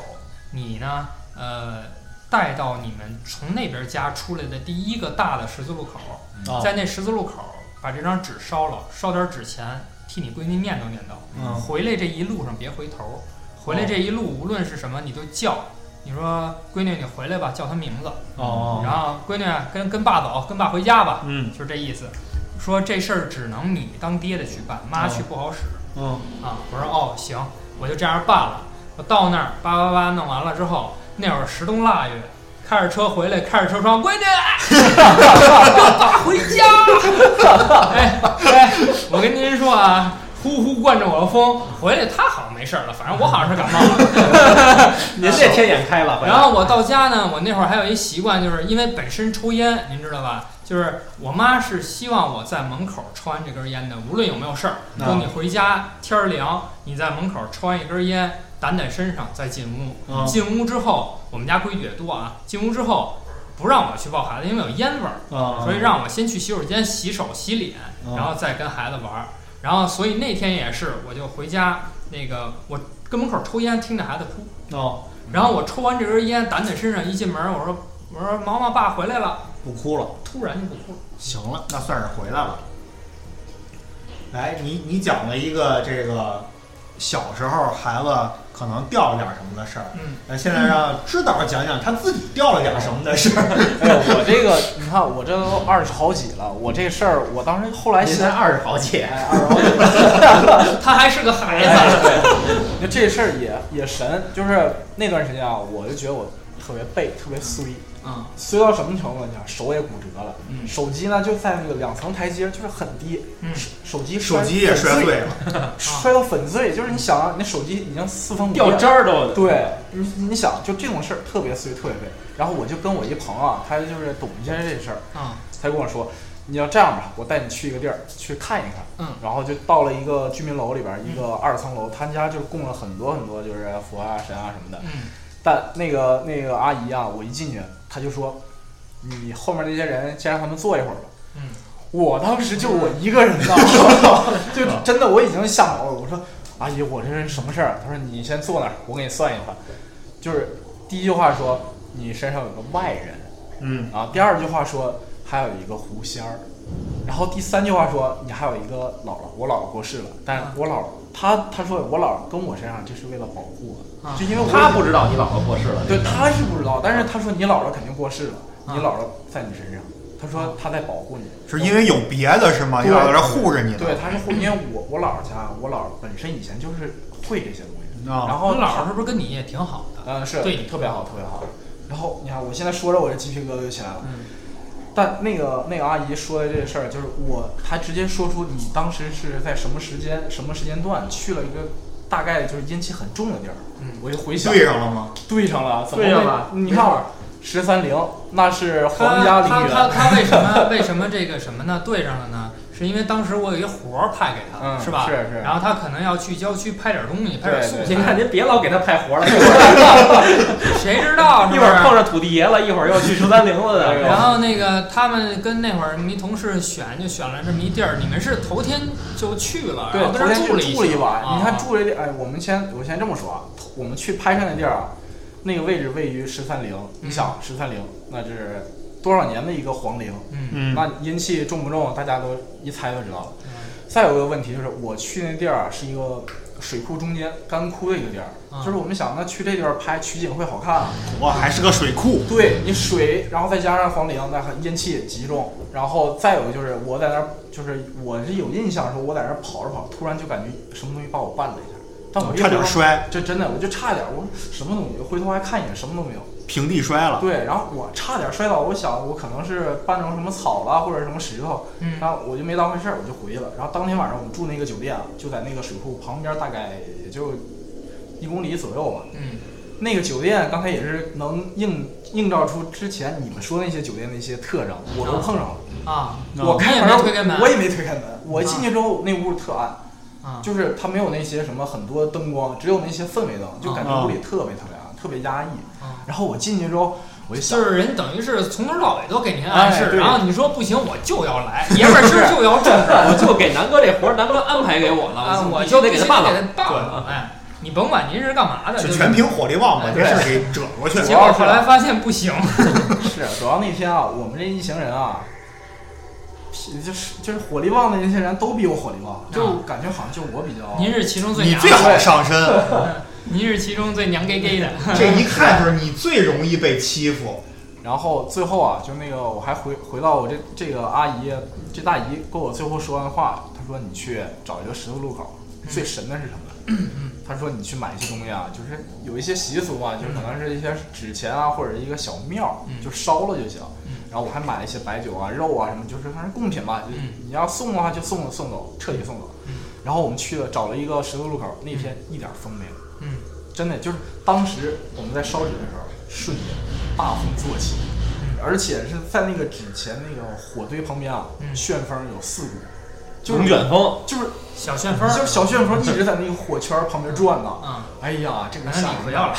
Speaker 3: 你呢，呃，带到你们从那边家出来的第一个大的十字路口，
Speaker 2: 啊
Speaker 3: 在那十字路口把这张纸烧了，烧点纸钱，替你闺女念叨念叨，
Speaker 2: 嗯
Speaker 3: 回来这一路上别回头，回来这一路无论是什么你都叫。你说闺女，你回来吧，叫她名字。
Speaker 2: 哦
Speaker 3: 然后闺女跟跟爸走，跟爸回家吧，
Speaker 2: 嗯
Speaker 3: 就是这意思。说这事儿只能你当爹的去办，妈去不好使。
Speaker 2: 嗯
Speaker 3: 啊，我说哦行，我就这样办了。我到那儿叭叭叭弄完了之后，那会儿十冬腊月，开着车回来，开着车窗，闺女，跟爸回家。哎哎，我跟您说啊，呼呼惯着我的风，回来他好像没事儿了，反正我好像是感冒了。
Speaker 1: 您这天眼开了，
Speaker 3: 然后我到家呢，我那会儿还有一习惯，就是因为本身抽烟，您知道吧？就是我妈是希望我在门口抽完这根烟的，无论有没有事儿，
Speaker 2: 啊
Speaker 3: 等你回家天儿凉，你在门口抽完一根烟，掸掸身上再进屋。
Speaker 2: 啊
Speaker 3: 进屋之后，我们家规矩也多啊，进屋之后不让我去抱孩子，因为有烟味儿，
Speaker 2: 啊，
Speaker 3: 所以让我先去洗手间洗手洗脸，然后再跟孩子玩儿。然后所以那天也是，我就回家那个我跟门口抽烟，听着孩子哭。
Speaker 2: 哦
Speaker 3: 然后我抽完这根烟，掸在身上，一进门，我说我说毛毛爸回来了，
Speaker 2: 不哭了。
Speaker 3: 突然就不哭了。
Speaker 2: 行了，那算是回来了。来，你你讲了一个这个小时候孩子可能掉了点什么的事儿，
Speaker 3: 嗯，
Speaker 2: 那现在让知导讲讲他自己掉了点什么的事儿。
Speaker 4: 哎呦，我这个你看，我这都二十好几了，我这事儿我当时后来
Speaker 2: 您
Speaker 4: 想
Speaker 2: 才，二十好几，
Speaker 4: 哎，二十好 (laughs) 几。
Speaker 3: 他还是个
Speaker 4: (laughs)
Speaker 3: 孩子，
Speaker 4: 那这事儿也也神，就是那段时间啊，我就觉得我特别背，特别衰，
Speaker 3: 嗯
Speaker 4: 衰到什么程度？你想手也骨折了，
Speaker 3: 嗯
Speaker 4: 手机呢就在那个两层台阶，就是很低，
Speaker 3: 嗯
Speaker 4: 手手机
Speaker 2: 手机也摔
Speaker 4: 摔粉
Speaker 2: 碎了，
Speaker 4: 摔到粉碎，就是你想啊，你手机已经四分五裂
Speaker 1: 掉
Speaker 4: 了
Speaker 1: 渣儿都
Speaker 4: 对你，你想就这种事儿特别碎，特别背。然后我就跟我一朋友啊，他就是懂一些这事儿，
Speaker 3: 嗯
Speaker 4: 他跟我说，你要这样吧，我带你去一个地儿去看一看。
Speaker 3: 嗯
Speaker 4: 然后就到了一个居民楼里边儿，一个二层楼，他们家就供了很多很多就是佛啊、神啊什么的。
Speaker 3: 嗯
Speaker 4: 但那个那个阿姨啊，我一进去，她就说，你后面那些人先让他们坐一会儿吧。
Speaker 3: 嗯，
Speaker 4: 我当时就我一个人呢， (laughs) 就
Speaker 3: 嗯
Speaker 4: 真的我已经吓毛了。我说阿姨，我这是什么事儿？她说你先坐那儿，我给你算一算。就是第一句话说你身上有个外人，
Speaker 2: 嗯，
Speaker 4: 啊，第二句话说还有一个狐仙儿，然后第三句话说你还有一个姥姥，我姥姥过世了，但
Speaker 3: 啊
Speaker 4: 是我姥姥她她说我姥姥跟我身上这是为了保护我，
Speaker 3: 啊
Speaker 4: 就因为
Speaker 1: (laughs)
Speaker 4: 我
Speaker 1: 他不知道你姥姥过世了，
Speaker 4: 对她是不知道，但是她说你姥姥肯定过世了，
Speaker 3: 啊
Speaker 4: 你姥姥在你身上，她说她在保护你，
Speaker 2: 是因为有别的是吗？
Speaker 4: 对
Speaker 2: 要在这护着你呢。啊
Speaker 4: 对，她是护，因为我我姥姥家我姥姥本身以前就是会这些东西，
Speaker 2: 啊
Speaker 4: 然
Speaker 3: 我
Speaker 4: 后
Speaker 3: 姥姥是不是跟你也挺好的？
Speaker 4: 嗯是
Speaker 3: 对你
Speaker 4: 特别好特别好，然后你看我现在说着我这鸡皮疙瘩就起来了。
Speaker 3: 嗯
Speaker 4: 但那个那个阿姨说的这事儿，就是我，她直接说出你当时是在什么时间、什么时间段去了一个大概就是阴气很重的地儿。
Speaker 3: 嗯
Speaker 4: 我一回
Speaker 2: 你
Speaker 4: 想，
Speaker 2: 对上了吗？
Speaker 4: 对上了，怎么
Speaker 1: 对上
Speaker 4: 会
Speaker 1: 了
Speaker 4: 你看我十三陵，那是皇家
Speaker 3: 他
Speaker 4: 陵
Speaker 3: 他他他
Speaker 4: 园，
Speaker 3: 为什么 (laughs) 为什么这个什么呢？对上了呢？是因为当时我有一活儿派给他，
Speaker 4: 嗯
Speaker 3: 是吧？
Speaker 4: 是是
Speaker 3: 然后他可能要去郊区拍点东西，拍点素
Speaker 1: 您看
Speaker 3: 材，
Speaker 1: 您别老给他派 (laughs) 活了，
Speaker 3: 谁知道是
Speaker 1: 一
Speaker 3: 不
Speaker 1: 会
Speaker 3: 是
Speaker 1: 儿碰上土地爷了，一会儿又去十三陵了
Speaker 4: 哎
Speaker 1: 的。
Speaker 4: 呦
Speaker 3: 然后那个他们跟那会儿迷同事选，就选了这么一地儿。你们是头天就去了，然
Speaker 4: 对，
Speaker 3: 后
Speaker 4: 昨
Speaker 3: 跟那
Speaker 4: 天
Speaker 3: 儿了
Speaker 4: 去住了一
Speaker 3: 宿
Speaker 4: 晚。
Speaker 3: 啊、
Speaker 4: 你看住了这，哎，我们先我先这么说啊，我们去拍摄那地儿啊，那个位置位于十三陵，你想十三陵，那是多少年的一个皇陵，
Speaker 3: 嗯，
Speaker 2: 嗯，
Speaker 4: 那阴气重不重，大家都一猜就知道了。再有一个问题就是，我去那地儿啊，是一个水库中间干枯的一个地儿，
Speaker 3: 嗯
Speaker 4: 就是我们想，那去这地儿拍取景会好看啊。
Speaker 2: 哇，还是个水库，
Speaker 4: 对你水，然后再加上黄陵，那很阴气集中。然后再有就是，我在那儿，就是我是有印象说，我在那儿跑着跑，突然就感觉什么东西把我绊了一下，但我一
Speaker 2: 差点
Speaker 4: 回头，
Speaker 2: 摔，
Speaker 4: 这真的我就差点，我说什么东西，回头还看一眼，什么都没有。
Speaker 2: 平地摔了。
Speaker 4: 对，然后我差点摔倒，我想我可能是绊着什么草了或者什么石头，
Speaker 3: 嗯
Speaker 4: 然后我就没当回事儿，我就回去了。然后当天晚上我们住那个酒店啊，就在那个水库旁边，大概也就一公里左右吧。
Speaker 3: 嗯
Speaker 4: 那个酒店刚才也是能映映照出之前你们说那些酒店的一些特征，我都碰上了。
Speaker 3: 啊，
Speaker 4: 我
Speaker 3: 你
Speaker 4: 开
Speaker 3: 也
Speaker 4: 门
Speaker 3: 没
Speaker 4: 儿
Speaker 3: 推开门，
Speaker 4: 我也没推开门。我进去之后，那屋特暗，
Speaker 3: 啊，
Speaker 4: 就是它没有那些什么很多灯光，只有那些氛围灯，就感
Speaker 2: 啊
Speaker 4: 觉屋里特别特别暗，特别压抑。
Speaker 3: 啊
Speaker 4: 然后我进去之后，我一想
Speaker 3: 就。是人等于是从头到尾都给您暗
Speaker 4: 哎
Speaker 3: 示，
Speaker 4: 对
Speaker 3: 然后你说不行，我就要
Speaker 4: (laughs)
Speaker 3: 来，爷们儿事儿就要正
Speaker 1: (laughs) 我就给南哥这活儿，南哥安排给我
Speaker 3: 啊，
Speaker 1: 了，
Speaker 3: 我
Speaker 1: 我就得
Speaker 3: 必
Speaker 1: 给
Speaker 3: 须
Speaker 1: 他
Speaker 3: 得
Speaker 1: 办了。
Speaker 3: 给他办了。哎，你甭管您是干嘛的，
Speaker 2: 就
Speaker 3: 就
Speaker 2: 全凭火力旺把
Speaker 3: 哎
Speaker 2: 这事儿给折过去。
Speaker 3: 结果后来发现不行，
Speaker 4: 哦是，主要那天啊，我们这一行人啊，脾就是就是火力旺的那些人都比我火力旺，就
Speaker 3: 啊
Speaker 4: 感觉好像就我比较。
Speaker 3: 您是其中最
Speaker 2: 你
Speaker 3: 娘
Speaker 2: 最
Speaker 3: 的，
Speaker 2: 好上身，啊
Speaker 3: 您是其中最娘 gay gay 的。
Speaker 2: 这一看就是你最容易被欺负。
Speaker 4: 然后最后啊，就那个我还回回到我这这个阿姨，这大姨跟我最后说完话，她说你去找一个十字路口，最神的是什么？
Speaker 3: (clears throat)
Speaker 4: 她说你去买一些东西啊，就是有一些习俗啊，就是可能是一些纸钱啊，或者一个小庙，
Speaker 3: 嗯
Speaker 4: 就烧了就行
Speaker 3: 嗯。
Speaker 4: 然后我还买了一些白酒啊、肉啊什么，就是反正贡品吧，就
Speaker 3: 嗯
Speaker 4: 你要送的话就送送走，彻底送走
Speaker 3: 嗯。
Speaker 4: 然后我们去了找了一个十字路口，那天一点风没有。
Speaker 3: 嗯，
Speaker 4: 真的就是当时我们在烧纸的时候，瞬间大风作起，而且是在那个纸钱那个火堆旁边啊，
Speaker 3: 嗯
Speaker 4: 旋风有四股，就
Speaker 1: 龙
Speaker 4: 是
Speaker 1: 卷风，
Speaker 4: 就是
Speaker 3: 小旋风儿，
Speaker 4: 就是小旋风一直在那个火圈旁边转呢。
Speaker 3: 嗯
Speaker 4: 哎呀，这个
Speaker 3: 反正
Speaker 4: 吓
Speaker 3: 你
Speaker 4: 人
Speaker 3: 回要了。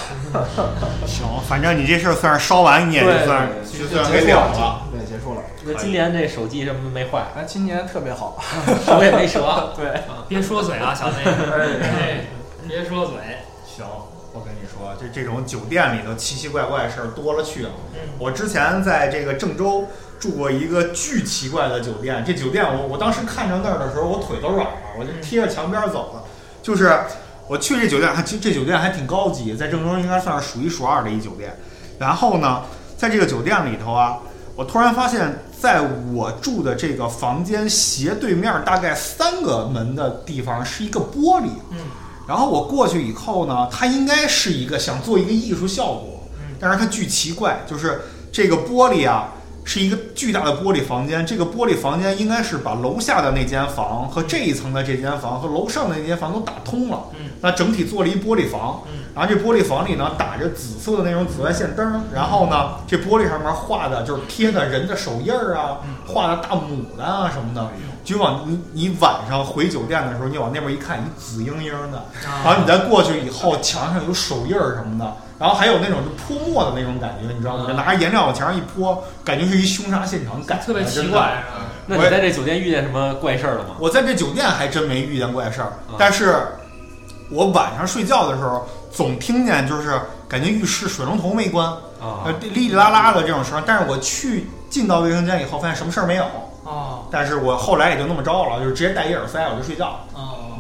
Speaker 2: 行，反正你这事儿算是烧完，你也就
Speaker 4: 对
Speaker 2: 算
Speaker 4: 对
Speaker 2: 就算
Speaker 4: 结
Speaker 2: 给
Speaker 4: 束
Speaker 2: 了了。，
Speaker 4: 对，结束了。
Speaker 1: 那今年这手机什么没 (laughs) 坏，
Speaker 4: 哎，今年特别好，
Speaker 1: 手也没折。
Speaker 4: 对，
Speaker 3: 别说嘴啊，小子，哎别说嘴。
Speaker 2: 行，我跟你说，这这种酒店里头奇奇怪怪的事儿多了去了。我之前在这个郑州住过一个巨奇怪的酒店，这酒店我我当时看着那儿的时候，我腿都软了，我就贴着墙边走了。就是我去这酒店，还其实这酒店还挺高级，在郑州应该算是数一数二的一酒店。然后呢，在这个酒店里头啊，我突然发现，在我住的这个房间斜对面大概三个门的地方是一个玻璃。哦
Speaker 3: 嗯嗯
Speaker 2: 然后我过去以后呢，它应该是一个想做一个艺术效果，但是它巨奇怪，就是这个玻璃啊。是一个巨大的玻璃房间，这个玻璃房间应该是把楼下的那间房和这一层的这间房和楼上的那间房都打通了。
Speaker 3: 嗯
Speaker 2: 那整体做了一玻璃房，
Speaker 3: 嗯
Speaker 2: 然后这玻璃房里呢打着紫色的那种紫外线灯儿，然后呢这玻璃上面画的就是贴的人的手印儿啊，
Speaker 3: 嗯
Speaker 2: 画的大牡丹啊什么
Speaker 3: 哎
Speaker 2: 的。就往你你晚上回酒店的时候，你往那边一看，一紫莹莹的，然后
Speaker 3: 啊，
Speaker 2: 你再过去以后，墙上有手印儿什么的，然后还有那种就泼墨的那种感觉，你知
Speaker 3: 啊
Speaker 2: 道吗？就拿着颜料往墙上一泼，感觉是一凶杀现场感，
Speaker 3: 特别奇
Speaker 2: 真的。
Speaker 3: 怪，是
Speaker 1: 那你在这酒店遇见什么怪事儿了吗？
Speaker 2: 我在这酒店还真没遇见怪事儿
Speaker 1: 啊，
Speaker 2: 但是我晚上睡觉的时候总听见，就是感觉浴室水龙头没关，
Speaker 1: 啊
Speaker 2: 呃，，哩哩啦啦的这种声儿。但是我去进到卫生间以后，发现什么事儿没有。
Speaker 3: 吧哦
Speaker 2: 但是我后来也就那么着了，就是直接戴一耳塞我就睡觉了。
Speaker 3: 哦，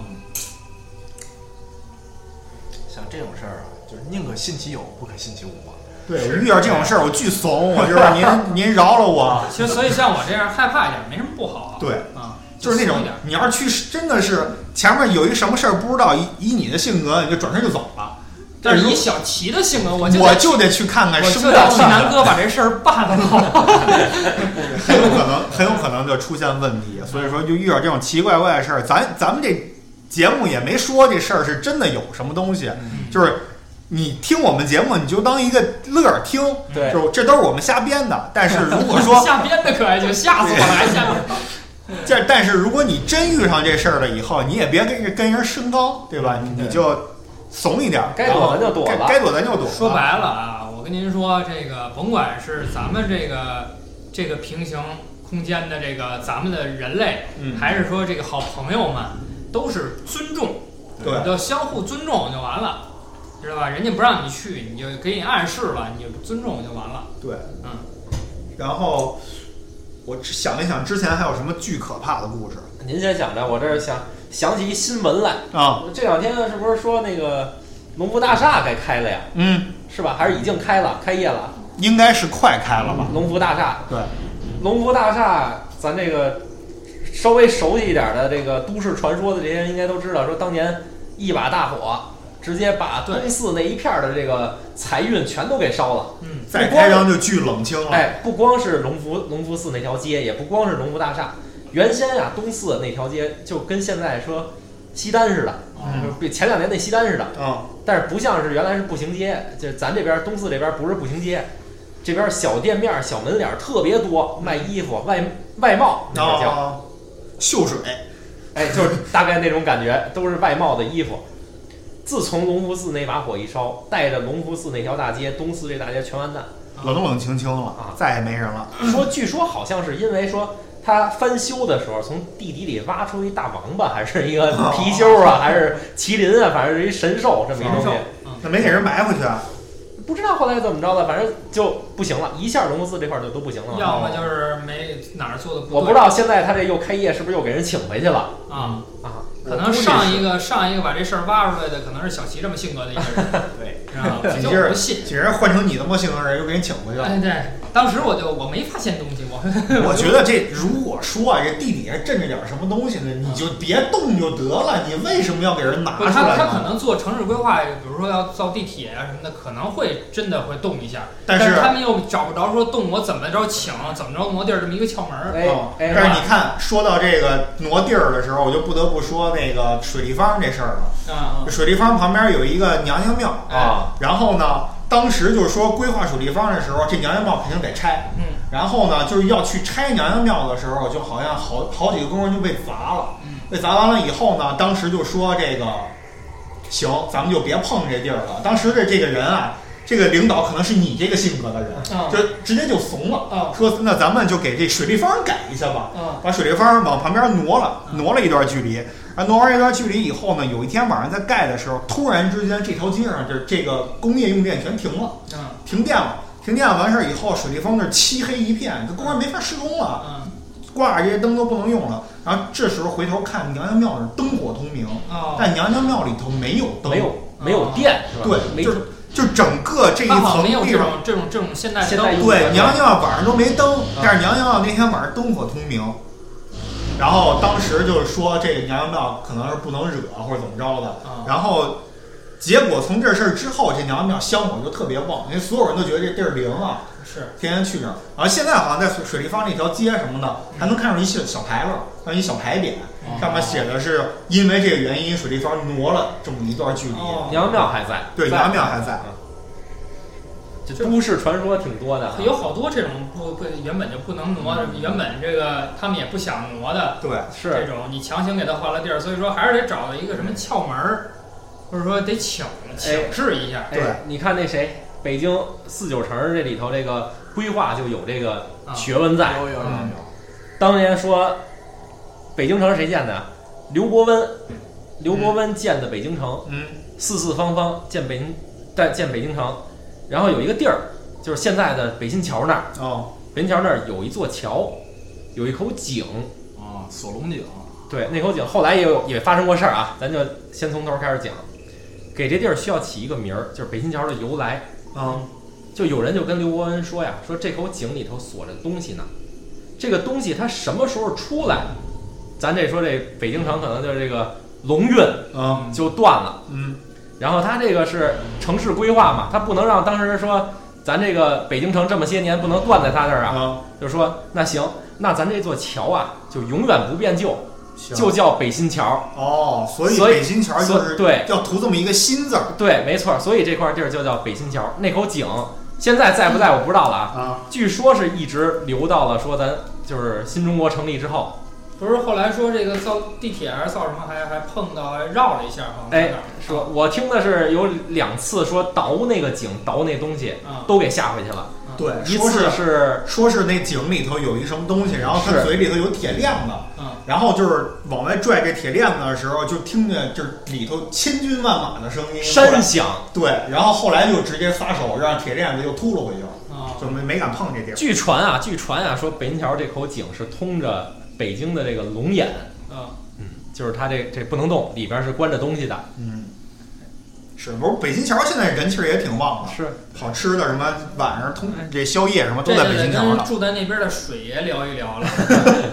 Speaker 4: 像这种事儿啊，就是宁可信其有，不可信其无啊嘛。
Speaker 2: 对，我遇到这种事儿我巨怂，我就是
Speaker 3: (laughs)
Speaker 2: 您您饶了我。
Speaker 3: 其实所以像我这样害怕一点没什么不好啊。
Speaker 2: 对，
Speaker 3: 啊，
Speaker 2: 就是那
Speaker 3: 松
Speaker 2: 种
Speaker 3: 一点
Speaker 2: 你要是去真的是前面有一什么事儿不知道，以以你的性格你就转身就走了。
Speaker 3: 但是
Speaker 2: 如
Speaker 3: 以小齐的性格，我就
Speaker 2: 我
Speaker 3: 得
Speaker 2: 就得去看看
Speaker 3: 我
Speaker 2: 是
Speaker 3: 就
Speaker 2: 不是
Speaker 3: 得替南哥把这事儿办了。
Speaker 2: 很有可能，很有可能就出现问题。所以说，就遇到这种奇奇怪怪的事儿，咱咱们这节目也没说这事儿是真的有什么东西，就是你听我们节目，你就当一个乐儿听，
Speaker 4: 对
Speaker 2: 就这都是我们瞎编的。但是如果
Speaker 3: (laughs)
Speaker 2: 说
Speaker 3: 下边的可还行，吓死我了，还 (laughs) 下边。
Speaker 2: 这，但是如果你真遇上这事儿了以后，你也别跟人跟人升高，对吧？你
Speaker 4: 对
Speaker 2: 你就怂一点儿，
Speaker 1: 该躲咱就躲
Speaker 2: 该
Speaker 1: 了
Speaker 2: 该躲咱就躲。
Speaker 3: 说，白了啊，我跟您说，这个甭管是咱们这个这个平行空间的这个咱们的人类，
Speaker 2: 嗯，
Speaker 3: 还是说这个好朋友们，都是尊重，
Speaker 2: 对
Speaker 3: 你就相互尊重就完了，知道吧？人家不让你去，你就给你暗示了，你就尊重就完了。
Speaker 2: 对，
Speaker 3: 嗯。
Speaker 2: 然后我只想了一想，之前还有什么巨可怕的故事
Speaker 1: 您先想着，我这儿想想起一新闻来，
Speaker 2: 啊？
Speaker 1: 这两天是不是说那个农夫大厦该开了呀？
Speaker 2: 嗯。
Speaker 1: 是吧？还是已经开了，开业了？
Speaker 2: 应该是快开了吧？
Speaker 1: 农夫大厦，
Speaker 2: 对，
Speaker 1: 农夫大厦，咱这个稍微熟悉一点的这个都市传说的这些人应该都知道，说当年一把大火，直接把
Speaker 3: 对
Speaker 1: 东四那一片儿的这个财运全都给烧了。
Speaker 3: 嗯，
Speaker 2: 再开张就巨冷清了。
Speaker 1: 哎，不光是隆福隆福寺那条街，也不光是隆福大厦，原先啊东四那条街就跟现在说西单似的，
Speaker 3: 啊
Speaker 2: 嗯
Speaker 1: 就是比前两年那西单似的，
Speaker 2: 嗯，
Speaker 1: 但是不像是原来是步行街，就是咱这边儿东四这边儿不是步行街，这边儿小店面儿、小门脸儿特别多，卖衣服、外外贸那边叫，
Speaker 2: 后秀水，
Speaker 1: 哎，就是大概那种感觉，都是外贸的衣服。自从隆福寺那把火一烧，带着隆福寺那条大街、东四这大街全
Speaker 2: (clears throat)
Speaker 1: 完蛋。
Speaker 2: 冷冷清清
Speaker 1: 啊
Speaker 2: 了，再也没人了。
Speaker 1: 说据说好像是因为说他翻修的时候，从地底里挖出一大王八，还是一个
Speaker 2: 哦
Speaker 1: 貔貅啊，还是麒麟啊，反正是一神兽这么一东
Speaker 3: 神
Speaker 1: 西
Speaker 3: 兽。
Speaker 2: 那没给人埋回去啊？
Speaker 1: 不知道后来怎么着的，反正就不行了，一下龙福寺这块儿就都不行
Speaker 2: 嗯
Speaker 1: 了。
Speaker 3: 要么就是没哪儿做的不
Speaker 1: 我不知道现在他这又开业是不是又给人请回去了
Speaker 3: 道啊，
Speaker 2: 嗯
Speaker 1: 啊？
Speaker 3: 可能上一个上一个把这事儿挖出来的，可能是小齐这么性格的一个人，
Speaker 2: (laughs)
Speaker 4: 对，
Speaker 3: 知道吗？
Speaker 2: 紧
Speaker 3: 就
Speaker 2: 接
Speaker 3: 我
Speaker 2: 着
Speaker 3: 不信。
Speaker 2: 几人换成你的墨姓人，又给人请回去了。
Speaker 3: 哎，对，当时我就我没发现东西，
Speaker 2: (laughs)
Speaker 3: 我
Speaker 2: 我觉得这如果说啊，这地底下镇着点什么东西呢，你就别动就得了。你为什么要给人拿
Speaker 3: 不
Speaker 2: 出
Speaker 3: 是他
Speaker 2: 来
Speaker 3: 他可
Speaker 2: 呢？嗯
Speaker 3: 能做城市规划，比如说要造地铁啊什么的，可能会真的会动一下，
Speaker 2: 但是
Speaker 3: 是他们又找不着说动我怎么着请，怎么着挪地儿这么一个窍门儿。
Speaker 1: 哎
Speaker 2: 哦
Speaker 1: 哎，
Speaker 2: 但是你看，说到这个挪地儿的时候，我就不得不说那个水立方这事儿了。
Speaker 3: 啊
Speaker 2: 水立方旁边有一个娘娘庙，哎
Speaker 1: 啊，
Speaker 2: 然后呢，当时就是说规划水立方的时候，这娘娘庙肯定得拆。
Speaker 3: 嗯
Speaker 2: 然后呢，就是要去拆娘娘庙的时候，就好像好好几个工人就被砸了。
Speaker 3: 嗯
Speaker 2: 被砸完了以后呢，当时就说这个，行，咱们就别碰这地儿了。当时的这个人啊，这个领导可能是你这个性格的人，
Speaker 3: 啊
Speaker 2: 就直接就怂了，
Speaker 3: 啊
Speaker 2: 说那咱们就给这水立方改一下吧。
Speaker 3: 啊
Speaker 2: 把水立方往旁边挪了，挪了一段距离。啊，挪完一段距离以后呢，有一天晚上在盖的时候，突然之间这条街上这这个工业用电全停了，
Speaker 3: 啊
Speaker 2: 停电了。停电完事儿以后，水立方那儿漆黑一片，这工人没法施工了，
Speaker 3: 啊
Speaker 2: 挂着这些灯都不能用了。然后这时候回头看娘娘庙那儿灯火通明，
Speaker 3: 啊！
Speaker 2: 但娘娘庙里头没有灯，
Speaker 1: 没有没有电是吧？
Speaker 2: 哦对，
Speaker 1: 没
Speaker 2: 就是就整个这一
Speaker 3: 它好
Speaker 2: 层
Speaker 3: 像没有
Speaker 2: 地
Speaker 3: 这
Speaker 2: 方
Speaker 3: 种这种这种现代
Speaker 1: 现
Speaker 3: 的
Speaker 1: 代
Speaker 3: 灯，
Speaker 2: 对，娘娘庙晚上都没灯，但是娘娘庙那天晚上灯火通明。然后当时就是说这个娘娘庙可能是不能惹或者怎么着的
Speaker 3: 啊，
Speaker 2: 然后结果从这事儿之后，这娘娘庙香火就特别旺，因为所有人都觉得这地儿灵啊，
Speaker 3: 是
Speaker 2: 天天去这儿。然后现在好像在水水立方那条街什么的，
Speaker 3: 嗯
Speaker 2: 还能看上一小小牌楼，还有一小牌匾，
Speaker 3: 哦
Speaker 2: 上面写的是因为这个原因，水立方挪了这么一段距离。
Speaker 3: 哦
Speaker 1: 娘娘庙还在，
Speaker 2: 对，
Speaker 4: 在
Speaker 2: 娘娘庙还在。
Speaker 1: 这
Speaker 3: 这
Speaker 1: 都市传说挺多的啊。
Speaker 3: 有好多这种不不原本就不能挪的，原本这个他们也不想挪的
Speaker 2: 对，
Speaker 1: 是
Speaker 3: 这种，你强行给他换了地儿，所以说还是得找一个什么窍门儿，或者说得请请示一下。
Speaker 2: 对
Speaker 1: 哎，你看那谁，北京四九城这里头这个规划就有这个
Speaker 3: 啊
Speaker 1: 学问在。
Speaker 4: 有有有有
Speaker 2: 嗯
Speaker 4: 有，
Speaker 1: 当年说北京城是谁建的？啊刘伯温，刘
Speaker 3: 嗯
Speaker 1: 伯温建的北京城，
Speaker 2: 嗯，
Speaker 1: 四四方方建北京，但建北京城。然后有一个地儿，就是现在的北新桥那儿，
Speaker 2: 哦，
Speaker 1: 北新桥那儿有一座桥，有一口井。
Speaker 4: 啊，锁龙井，
Speaker 1: 对，那口井后来也有也发生过事儿啊，咱就先从头开始讲。给这地儿需要起一个名儿，就是北新桥的由来。
Speaker 2: 嗯，
Speaker 1: 就有人就跟刘伯温说呀，说这口井里头锁着东西呢，这个东西它什么时候出来？咱这说这北京城可能就是这个龙运
Speaker 2: 嗯，
Speaker 1: 就断了，
Speaker 2: 嗯，
Speaker 1: 然后它这个是城市规划嘛，它不能让当时说咱这个北京城这么些年不能断在它这儿啊，
Speaker 2: 啊，
Speaker 1: 就说那行，那咱这座桥啊就永远不变旧，
Speaker 2: 行
Speaker 1: 就叫北新桥。
Speaker 2: 哦，所以
Speaker 1: 所以
Speaker 2: 北新桥就
Speaker 1: 所
Speaker 2: 是
Speaker 1: 对
Speaker 2: 要涂这么一个新字儿
Speaker 1: 对，没错，所以这块地儿就叫北新桥。那口井现在在不在我不知道了啊，
Speaker 2: 啊，
Speaker 1: 据说是一直留到了说咱就是新中国成立之后，
Speaker 3: 不是后来说这个造地铁还是造什么，还还碰到还绕了一下，好像在
Speaker 1: 哎
Speaker 3: 哪啊儿
Speaker 1: 说我听的是有两次说倒那个井倒那东西
Speaker 3: 啊，
Speaker 1: 都给吓回去了，
Speaker 2: 对，
Speaker 1: 一
Speaker 2: 说
Speaker 1: 次
Speaker 2: 是
Speaker 1: 是
Speaker 2: 说是那井里头有一什么东西，然后他
Speaker 1: 是
Speaker 2: 嘴里头有铁链子，
Speaker 3: 嗯
Speaker 2: 然后就是往外拽这铁链子的时候，就听见就是里头千军万马的声音，后
Speaker 1: 山
Speaker 2: 来
Speaker 1: 响，
Speaker 2: 对，然后后来就直接撒手让铁链子又秃噜回去了，
Speaker 3: 啊
Speaker 2: 就没没敢碰这地儿。
Speaker 1: 据传啊，据传啊，说北新桥这口井是通着北京的这个龙眼，
Speaker 3: 啊
Speaker 1: 就是它这这不能动，里边是关着东西的，啊
Speaker 2: 嗯，是不是北新桥现在人气儿也挺旺的，
Speaker 1: 是
Speaker 2: 好吃的什么晚上通这宵夜什么
Speaker 3: 这
Speaker 2: 都
Speaker 3: 就
Speaker 2: 在北
Speaker 3: 得
Speaker 2: 新桥
Speaker 3: 跟
Speaker 2: 呢。
Speaker 3: 住在那边的水爷聊一
Speaker 2: (laughs)
Speaker 3: 聊了，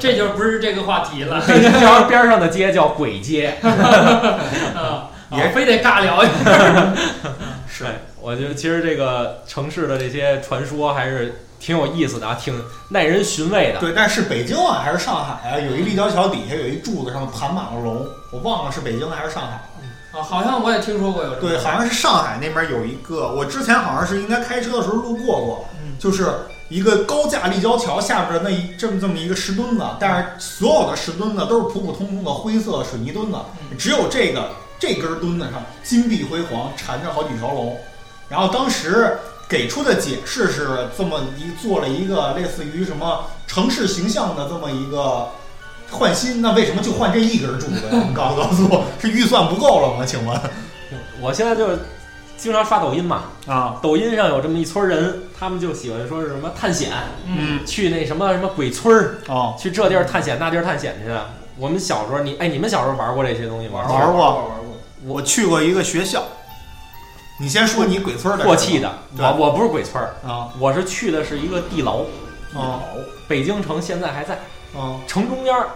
Speaker 3: 这就不是这个话题了
Speaker 1: 北新桥边上的街叫鬼
Speaker 2: (laughs)
Speaker 1: 街，
Speaker 3: 啊，
Speaker 2: 也
Speaker 3: 非得尬聊一下。
Speaker 1: 是，我觉得其实这个城市的这些传说还是挺有意思的啊，挺耐人寻味的。
Speaker 2: 对，但是北京啊还是上海啊，有一立交桥底下有一柱子上盘满了龙，我忘了是北京还是上海。
Speaker 3: 啊，好像我也听说过有这么
Speaker 2: 对，好像是上海那边有一个，我之前好像是应该开车的时候路过过，
Speaker 3: 嗯
Speaker 2: 就是一个高架立交桥下边那一这么这么一个石墩子，但是所有的石墩子都是普普通通的灰色水泥墩子，
Speaker 3: 嗯
Speaker 2: 只有这个这根墩子上金碧辉煌，缠着好几条龙。然后当时给出的解释是这么一做了一个类似于什么城市形象的这么一个换新，那为什么就换这一根柱子呀？你告诉告诉我，是预算不够了吗？请问
Speaker 1: 我现在就是经常刷抖音嘛，
Speaker 2: 啊，
Speaker 1: 抖音上有这么一撮人，他们就喜欢说是什么探险，
Speaker 3: 嗯
Speaker 2: 嗯
Speaker 1: 去那什么什么鬼村儿，
Speaker 2: 哦，
Speaker 1: 去这地儿探险那地儿探险去的。我们小时候，你哎，你们小时候玩过这些东西吗？
Speaker 2: 玩过
Speaker 3: 过玩过，
Speaker 2: 我去过一个学校。你先说你鬼村的
Speaker 1: 过气的。
Speaker 2: 对
Speaker 1: 我我不是鬼村儿，
Speaker 2: 啊
Speaker 1: 我是去的是一个地牢，
Speaker 2: 啊
Speaker 1: 北京城现在还在，
Speaker 2: 啊
Speaker 1: 城中间儿，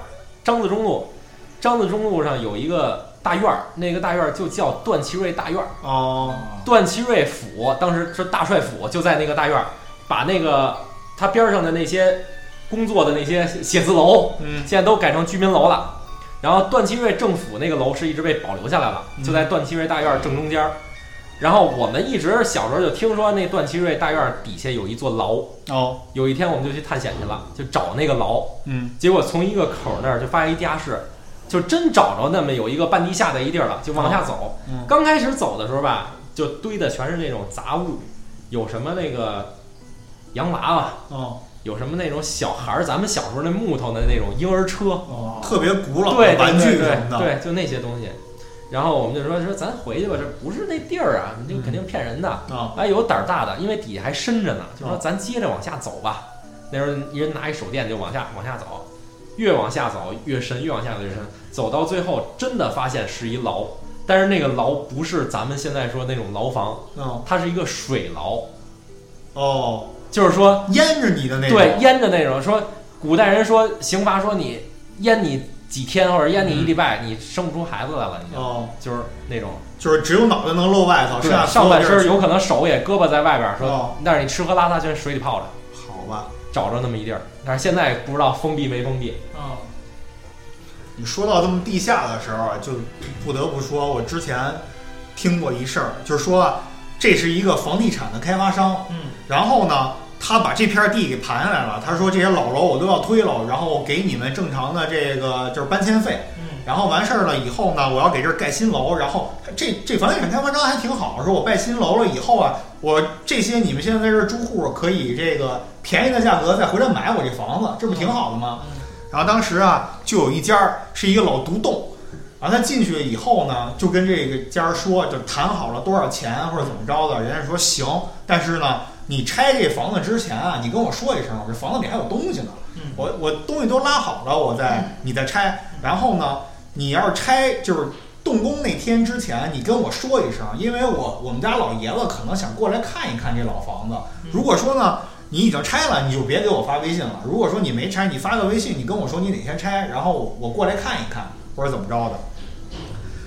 Speaker 1: 张自忠路，张自忠路上有一个大院儿，那个大院儿就叫段祺瑞大院儿。
Speaker 2: 啊！
Speaker 4: 啊
Speaker 1: 段祺瑞府当时是大帅府，就在那个大院儿，把那个他边上的那些工作的那些写字楼，
Speaker 2: 嗯
Speaker 1: 现在都改成居民楼了。然后段祺瑞政府那个楼是一直被保留下来了，
Speaker 2: 嗯
Speaker 1: 就在段祺瑞大院儿正中间儿。然后我们一直小时候就听说那段祺瑞大院儿底下有一座牢，
Speaker 2: 哦
Speaker 1: 有一天我们就去探险去了，就找那个牢，
Speaker 2: 嗯
Speaker 1: 结果从一个口儿那儿就发现一地下室，就真找着那么有一个半地下的一地儿了，就往下走。
Speaker 2: 嗯
Speaker 1: 刚开始走的时候吧，就堆的全是那种杂物，有什么那个洋娃娃，
Speaker 2: 哦
Speaker 1: 有什么那种小孩儿，咱们小时候那木头的那种婴儿车，
Speaker 2: 哦，特别古老
Speaker 1: 对
Speaker 2: 的
Speaker 1: 对
Speaker 2: 玩具
Speaker 1: 对
Speaker 2: 什
Speaker 1: 对
Speaker 2: 么的
Speaker 1: 对，就那些东西。然后我们就说说咱回去吧，这不是那地儿啊，你这肯定骗人的。
Speaker 2: 啊
Speaker 1: 哎，有胆儿大的，因为底下还深着呢，就说
Speaker 2: 哦
Speaker 1: 咱接着往下走吧。那时候一人拿一手电就往下往下走，越往下走越深，越往下走越深，走到最后真的发现是一牢，但是那个牢不是咱们现在说那种牢房，
Speaker 2: 嗯
Speaker 1: 它是一个水牢，
Speaker 2: 哦，
Speaker 1: 就是说
Speaker 2: 淹着你的那种
Speaker 1: 对淹着那种。说古代人说刑罚说你淹你几天或者淹你一礼拜，你生不出孩子来了，已经
Speaker 2: 哦，
Speaker 1: 就是那种，
Speaker 2: 就是只有脑袋能露外头，
Speaker 1: 对
Speaker 2: 剩下所
Speaker 1: 上
Speaker 2: 有
Speaker 1: 半
Speaker 2: 地
Speaker 1: 身
Speaker 2: 啊儿
Speaker 1: 有可能手也胳膊在外边儿，说，
Speaker 2: 哦，
Speaker 1: 但是你吃喝拉撒全水里泡着，
Speaker 2: 好吧。
Speaker 1: 找着那么一地儿，但是现在不知道封闭没封闭，
Speaker 3: 嗯，
Speaker 2: 你说到这么地下的时候啊，就不得不说，我之前听过一事儿，就是说啊这是一个房地产的开发商，
Speaker 3: 嗯，
Speaker 2: 然后呢，他把这片地给盘下来了，他说这些老楼我都要推了，然后我给你们正常的这个就是搬迁费，
Speaker 3: 嗯，
Speaker 2: 然后完事儿了以后呢，我要给这儿盖新楼，然后哎这这房地产开发商还挺好，说我盖新楼了以后啊，我这些你们现在在这儿住户可以这个便宜的价格再回来买我这房子，这不挺好的
Speaker 3: 嗯
Speaker 2: 吗？然后当时啊，就有一家儿是一个老独栋，然后他进去以后呢，就跟这个家儿说，就谈好了多少钱或者怎么着的，人家说行，但是呢，你拆这房子之前啊，你跟我说一声，我这房子里还有东西呢
Speaker 3: 嗯，
Speaker 2: 我我东西都拉好了，我再你再拆。然后呢，你要是拆就是。动工那天之前，你跟我说一声，因为我我们家老爷子可能想过来看一看这老房子。如果说呢，你已经拆了，你就别给我发微信了。如果说你没拆，你发个微信，你跟我说你哪天拆，然后我我过来看一看，或者怎么着的。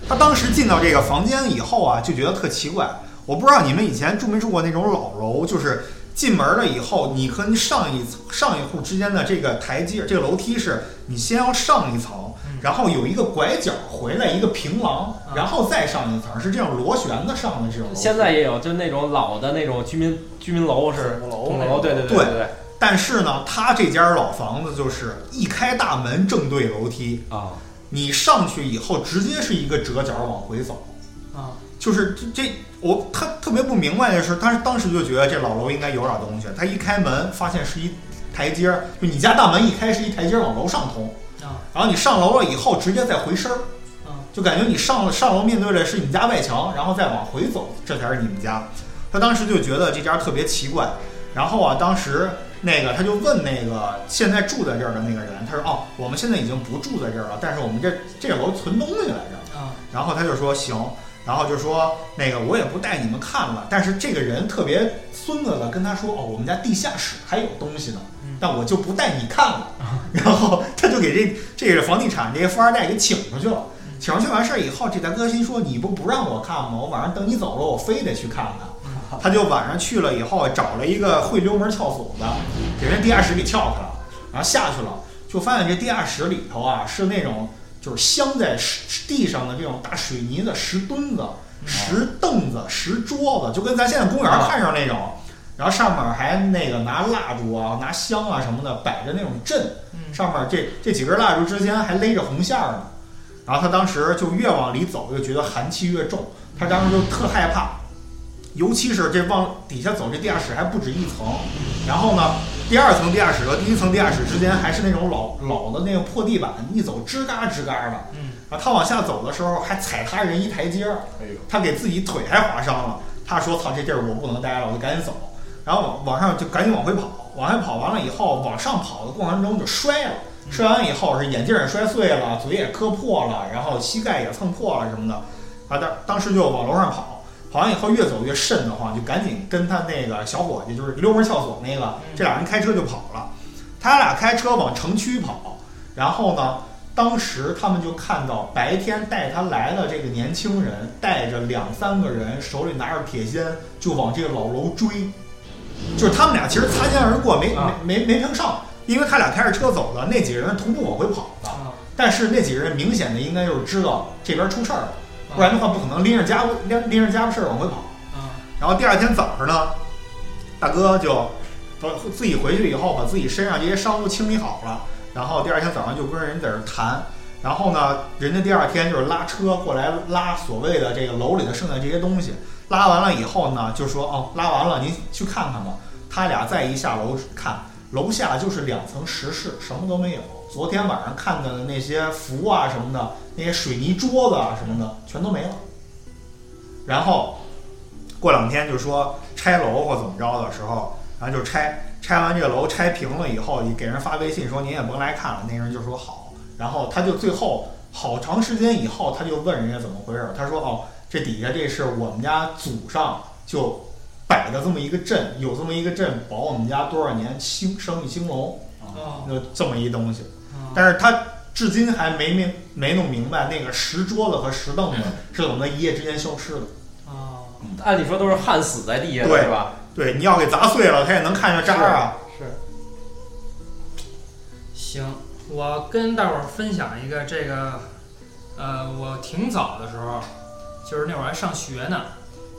Speaker 2: 他当时进到这个房间以后啊，就觉得特奇怪。我不知道你们以前住没住过那种老楼，就是进门了以后，你和上一上一户之间的这个台阶、这个楼梯是，你先要上一层
Speaker 3: 嗯，
Speaker 2: 然后有一个拐角回来一个平廊
Speaker 3: 啊，
Speaker 2: 然后再上一层，是这样螺旋的上的这种楼梯。
Speaker 1: 现在也有，就那种老的那种居民居民楼是
Speaker 4: 筒
Speaker 1: 筒
Speaker 4: 楼
Speaker 1: 楼，对对对对对
Speaker 2: 但是呢，他这家老房子就是一开大门正对楼梯，
Speaker 1: 啊，
Speaker 2: 你上去以后直接是一个折角往回走，
Speaker 3: 啊，
Speaker 2: 就是这这我他特别不明白的是，他当时就觉得这老楼应该有点东西，他一开门发现是一台阶儿，就你家大门一开是一台阶儿往楼上通，
Speaker 3: 啊，
Speaker 2: 然后你上楼了以后直接再回身儿
Speaker 3: 嗯，
Speaker 2: 就感觉你上上楼面对的是你家外墙，然后再往回走，这才是你们家。他当时就觉得这家特别奇怪，然后啊，当时那个他就问那个现在住在这儿的那个人，他说哦，我们现在已经不住在这儿了，但是我们这这楼存东西来着。
Speaker 3: 啊，
Speaker 2: 然后他就说行，然后就说那个我也不带你们看了，但是这个人特别孙子的跟他说哦，我们家地下室还有东西呢
Speaker 3: 嗯，
Speaker 2: 但我就不带你看了。然后他就给这这个房地产这些富二代给请出去了。请出去完事儿以后，这大哥心说你不不让我看吗？我晚上等你走了，我非得去看看。他就晚上去了以后，啊找了一个会溜门撬锁的，给人地下室给撬开了，然后下去了，就发现这地下室里头啊是那种就是镶在石地上的这种大水泥的石墩子、石凳子、石桌子，就跟咱现在公园儿看上那种。然后上面还那个拿蜡烛啊、拿香啊什么的摆着那种阵，
Speaker 3: 嗯，
Speaker 2: 上面这这几根蜡烛之间还勒着红线儿呢。然后他当时就越往里走，就觉得寒气越重，他当时就特害怕，尤其是这往底下走，这地下室还不止一层。然后呢，第二层地下室和第一层地下室之间还是那种老老的那个破地板，一走吱嘎吱嘎的。
Speaker 3: 嗯，
Speaker 2: 然后他往下走的时候还踩他人一台阶儿，
Speaker 4: 哎呦，
Speaker 2: 他给自己腿还划伤了。他说：“操，这地儿我不能待了，我就赶紧走。”然后往往上就赶紧往回跑，往回跑完了以后，往上跑的过程中就摔了，
Speaker 4: 嗯
Speaker 2: 摔完以后是眼镜也摔碎了，嘴也磕破了，然后膝盖也蹭破了什么的。啊，当当时就往楼上跑，跑完以后越走越瘆得慌，就赶紧跟他那个小伙计，就是溜门撬锁那个，
Speaker 4: 嗯
Speaker 2: 这俩人开车就跑了。他俩开车往城区跑，然后呢，当时他们就看到白天带他来的这个年轻人，带着两三个人，手里拿着铁锨，就往这个老楼追。就是他们俩其实擦肩而过，没
Speaker 1: 啊
Speaker 2: 没没没碰上，因为他俩开着车走的，那几个人徒步往回跑的。
Speaker 3: 啊，
Speaker 2: 但是那几个人明显的应该就是知道这边出事儿了，不然的话不可能拎着家伙拎拎着家伙事儿往回跑。
Speaker 3: 啊，
Speaker 2: 然后第二天早上呢，大哥就不自己回去以后，把自己身上这些伤都清理好了，然后第二天早上就跟人在这儿谈。然后呢，人家第二天就是拉车过来拉所谓的这个楼里的剩下这些东西，拉完了以后呢，就说哦，拉完了您去看看吧。他俩再一下楼看，楼下就是两层石室，什么都没有。昨天晚上看的那些符啊什么的，那些水泥桌子啊什么的，全都没了。然后过两天就说拆楼或怎么着的时候，然后就拆，拆完这个楼拆平了以后，你给人发微信说您也甭来看了，那人就说好，然后他就最后好长时间以后，他就问人家怎么回事儿，他说哦，这底下这是我们家祖上就摆的这么一个阵，有这么一个阵保我们家多少年兴生意兴隆，
Speaker 3: 啊，
Speaker 2: 就这么一东西。
Speaker 3: 啊，
Speaker 2: 但是他至今还没明没弄明白那个石桌子和石凳子是怎么在一夜之间消失的。
Speaker 3: 啊，
Speaker 1: 按理说都是焊死在地下的
Speaker 2: 对
Speaker 1: 是吧？
Speaker 2: 对，你要给砸碎了，它也能看见渣儿啊。
Speaker 3: 行，我跟大伙儿分享一个这个，呃，我挺早的时候，就是那会儿还上学呢，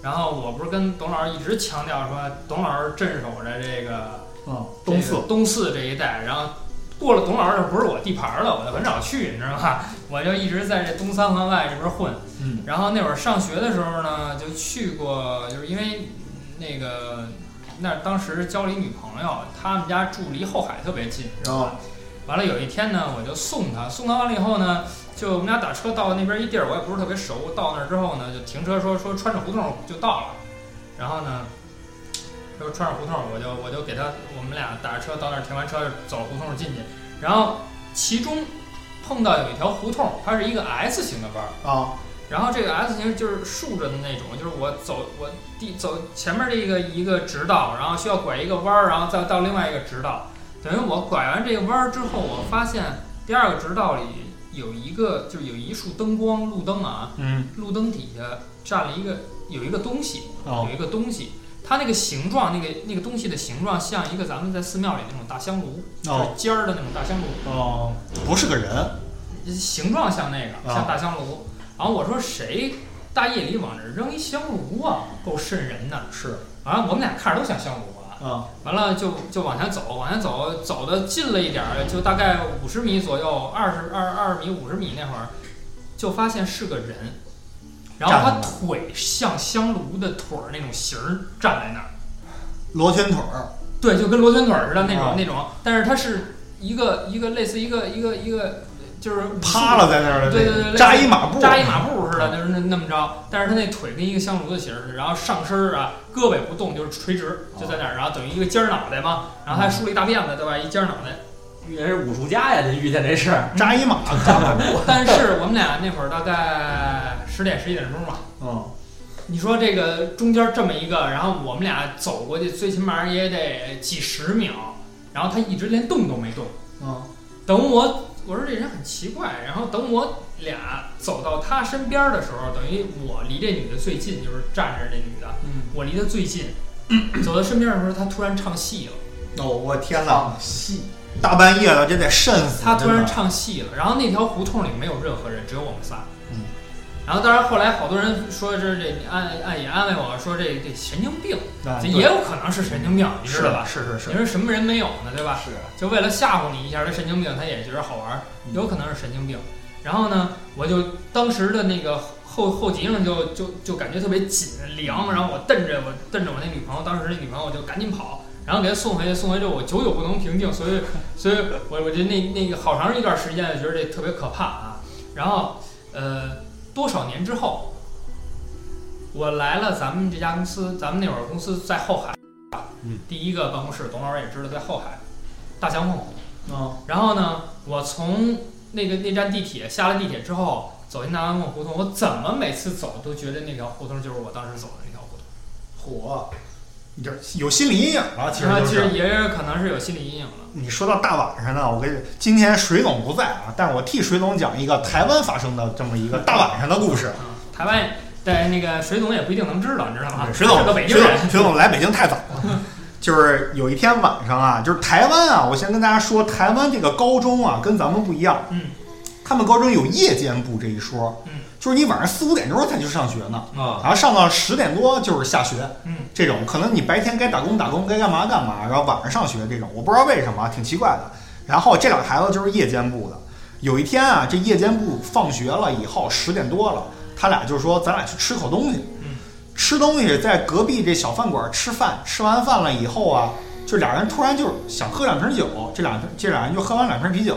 Speaker 3: 然后我不是跟董老师一直强调说，董老师镇守着这个
Speaker 2: 嗯，东
Speaker 3: 这
Speaker 2: 四
Speaker 3: 个东四这一带，然后过了董老师这不是我地盘儿了，我就很少去，你知道吧？我就一直在这东三环外这边混。
Speaker 2: 嗯，
Speaker 3: 然后那会儿上学的时候呢，就去过，就是因为那个那当时交了一女朋友，他们家住离后海特别近，
Speaker 2: 然后
Speaker 3: 完了有一天呢，我就送他，送他完了以后呢，就我们俩打车到那边一地儿，我也不是特别熟。到那儿之后呢，就停车说说穿着胡同就到了，然后呢，说穿着胡同，我就我就给他，我们俩打着车到那儿停完车就走胡同进去，然后其中碰到有一条胡同，它是一个 S 型的弯儿，
Speaker 2: 啊，
Speaker 3: 然后这个 S 型就是竖着的那种，就是我走我第走前面这个一个直道，然后需要拐一个弯儿，然后再到另外一个直道。等于我拐完这个弯儿之后，我发现第二个直道里有一个，就是有一束灯光，路灯啊，
Speaker 2: 嗯，
Speaker 3: 路灯底下站了一个有一个东西，
Speaker 2: 哦
Speaker 3: 有一个东西，它那个形状，那个那个东西的形状像一个咱们在寺庙里那种大香炉，就是
Speaker 2: 哦
Speaker 3: 尖儿的那种大香炉。
Speaker 2: 哦，不是个人，
Speaker 3: 形状像那个，
Speaker 2: 啊
Speaker 3: 像大香炉。然后我说谁大夜里往这儿扔一香炉啊，够瘆人的。
Speaker 2: 是
Speaker 3: 完了，我们俩看着都像香炉啊。
Speaker 2: 啊，
Speaker 3: 完了就就往前走，往前走，走的近了一点儿，就大概五十米左右，二十二二十米五十米那会儿，就发现是个人，然后他
Speaker 2: 站着
Speaker 3: 腿像香炉的腿儿那种形儿站在那儿。
Speaker 2: 罗圈腿儿，
Speaker 3: 对，就跟螺旋腿儿似的那种、
Speaker 2: 啊
Speaker 3: 那种，但是它是一个一个类似一个一个一个就是
Speaker 2: 趴了在那儿的，
Speaker 3: 对对对，
Speaker 2: 扎一马步，
Speaker 3: 扎一马步似的，就是那那么着。但是他那腿跟一个香炉的形儿似的，然后上身儿啊，胳膊不动，就是垂直，就在那儿，然后等于一个尖儿脑袋嘛，然后还梳了一大辫子，对吧？一尖儿脑袋。
Speaker 1: 遇见是武术家呀，您遇见这事
Speaker 3: 嗯
Speaker 1: 儿，
Speaker 2: 扎一马，扎马
Speaker 3: (laughs)
Speaker 2: 步，
Speaker 3: 但是我们俩那会儿大概十点十一点钟吧。
Speaker 2: 嗯，
Speaker 3: 你说这个中间这么一个，然后我们俩走过去，最起码也得几十秒，然后他一直连动都没动。
Speaker 2: 嗯，
Speaker 3: 等我，我说这人很奇怪。然后等我俩走到他身边的时候，等于我离这女的最近，就是站着这女的，
Speaker 2: 嗯，
Speaker 3: 我离她
Speaker 2: (clears throat)
Speaker 3: 最近。走到身边的时候，她突然唱戏了，
Speaker 2: 哦，我天哪，
Speaker 4: 唱戏，
Speaker 2: 大半夜的，这得瘆死，
Speaker 3: 她突然
Speaker 2: 真的
Speaker 3: 唱戏了。然后那条胡同里没有任何人，只有我们仨。
Speaker 2: 嗯。
Speaker 3: 然后，当然后来好多人说这这安安也安慰我说这这神经病，
Speaker 2: 啊
Speaker 3: 这
Speaker 2: 对
Speaker 3: 也有可能是神经病，你知
Speaker 2: 是
Speaker 3: 道吧？
Speaker 2: 是是是
Speaker 3: 你，说什么人没有呢，对吧？
Speaker 4: 是
Speaker 3: 就为了吓唬你一下，这神经病他也觉得好玩儿，
Speaker 2: 嗯
Speaker 3: 有可能是神经病。然后呢，我就当时的那个后后脊上就就就感觉特别紧凉，然后我瞪着我瞪着我那女朋友，当时那女朋友我就赶紧跑，然后给她送回去，送回去我久久不能平静，所以 (laughs) 所以我我觉得那那个好长一段时间觉得这特别可怕啊。然后呃，多少年之后，我来了咱们这家公司，咱们那会儿公司在后海，
Speaker 1: 嗯，
Speaker 3: 第一个办公室，董老师也知道在后海，大祥凤。
Speaker 2: 嗯，
Speaker 3: 然后呢，我从那个那站地铁下了地铁之后，走进大安梦胡同，我怎么每次走都觉得那条胡同就是我当时走的那条胡同。
Speaker 2: 火，你这有心理阴影了，其实
Speaker 3: 然后
Speaker 2: 就
Speaker 3: 啊其实
Speaker 2: 是。
Speaker 3: 也是可能是有心理阴影了。
Speaker 2: 你说到大晚上呢，我跟你今天水总不在啊，但是我替水总讲一个台湾发生的这么一个大晚上的故事。
Speaker 3: 嗯，台湾在那个水总也不一定能知道，你知道吗？
Speaker 2: 对水
Speaker 3: 啊是
Speaker 2: 总，
Speaker 3: 个北
Speaker 2: 水
Speaker 3: 京人。
Speaker 2: 总，水总来北京太早了。
Speaker 3: (laughs)
Speaker 2: 就是有一天晚上啊，就是台湾啊，我先跟大家说，台湾这个高中啊，跟咱们不一样。
Speaker 3: 嗯，
Speaker 2: 他们高中有夜间部这一说，
Speaker 3: 嗯，
Speaker 2: 就是你晚上四五点钟才去上学呢，
Speaker 1: 啊，
Speaker 2: 然后上到十点多就是下学，
Speaker 3: 嗯，
Speaker 2: 这种可能你白天该打工打工，该干嘛干嘛，然后晚上上学这种，我不知道为什么啊，挺奇怪的。然后这俩孩子就是夜间部的，有一天啊，这夜间部放学了以后十点多了，他俩就说咱俩去吃口东西，
Speaker 3: 嗯，
Speaker 2: 吃东西在隔壁这小饭馆吃饭，吃完饭了以后啊，就俩人突然就想喝两瓶酒，这俩这俩人就喝完两瓶啤酒，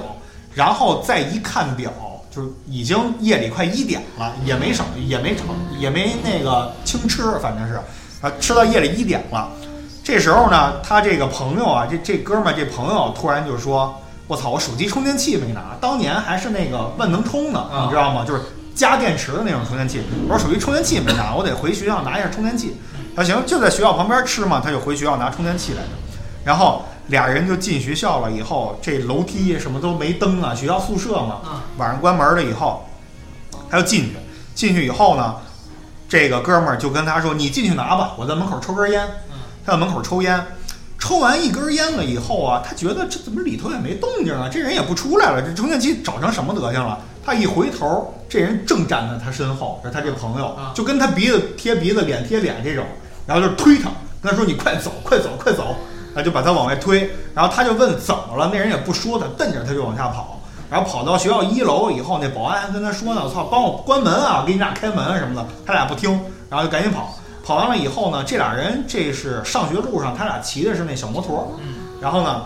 Speaker 2: 然后再一看表，就是已经夜里快一点了，也没少，也没吵，也没那个轻吃，反正是啊，吃到夜里一点了。这时候呢，他这个朋友啊，这这哥们儿这朋友突然就说：“我操，我手机充电器没拿，当年还是那个万能充呢，
Speaker 1: 啊
Speaker 2: 你知道吗？就是加电池的那种充电器。我说手机充电器没拿，我得回学校拿一下充电器。”他行，就在学校旁边吃嘛，他就回学校拿充电器来着。然后俩人就进学校了，以后这楼梯什么都没灯啊，学校宿舍嘛，
Speaker 3: 啊，
Speaker 2: 晚上关门了以后，他就进去，进去以后呢，这个哥们儿就跟他说：“你进去拿吧，我在门口抽根烟。
Speaker 3: 嗯”
Speaker 2: 他在门口抽烟，抽完一根烟了以后啊，他觉得这怎么里头也没动静啊，这人也不出来了，这充电器找成什么德行了？他一回头，这人正站在他身后，是他这朋友
Speaker 3: 啊，
Speaker 2: 就跟他鼻子贴鼻子、脸贴脸这种，然后就推他，跟他说：“你快走，快走，快走！”啊，就把他往外推，然后他就问怎么了，那人也不说他，瞪着他就往下跑，然后跑到学校一楼以后，那保安还跟他说呢，我操，帮我关门啊，给你俩开门啊什么的，他俩不听，然后就赶紧跑，跑完了以后呢，这俩人这是上学路上，他俩骑的是那小摩托，
Speaker 3: 嗯
Speaker 2: 然后呢，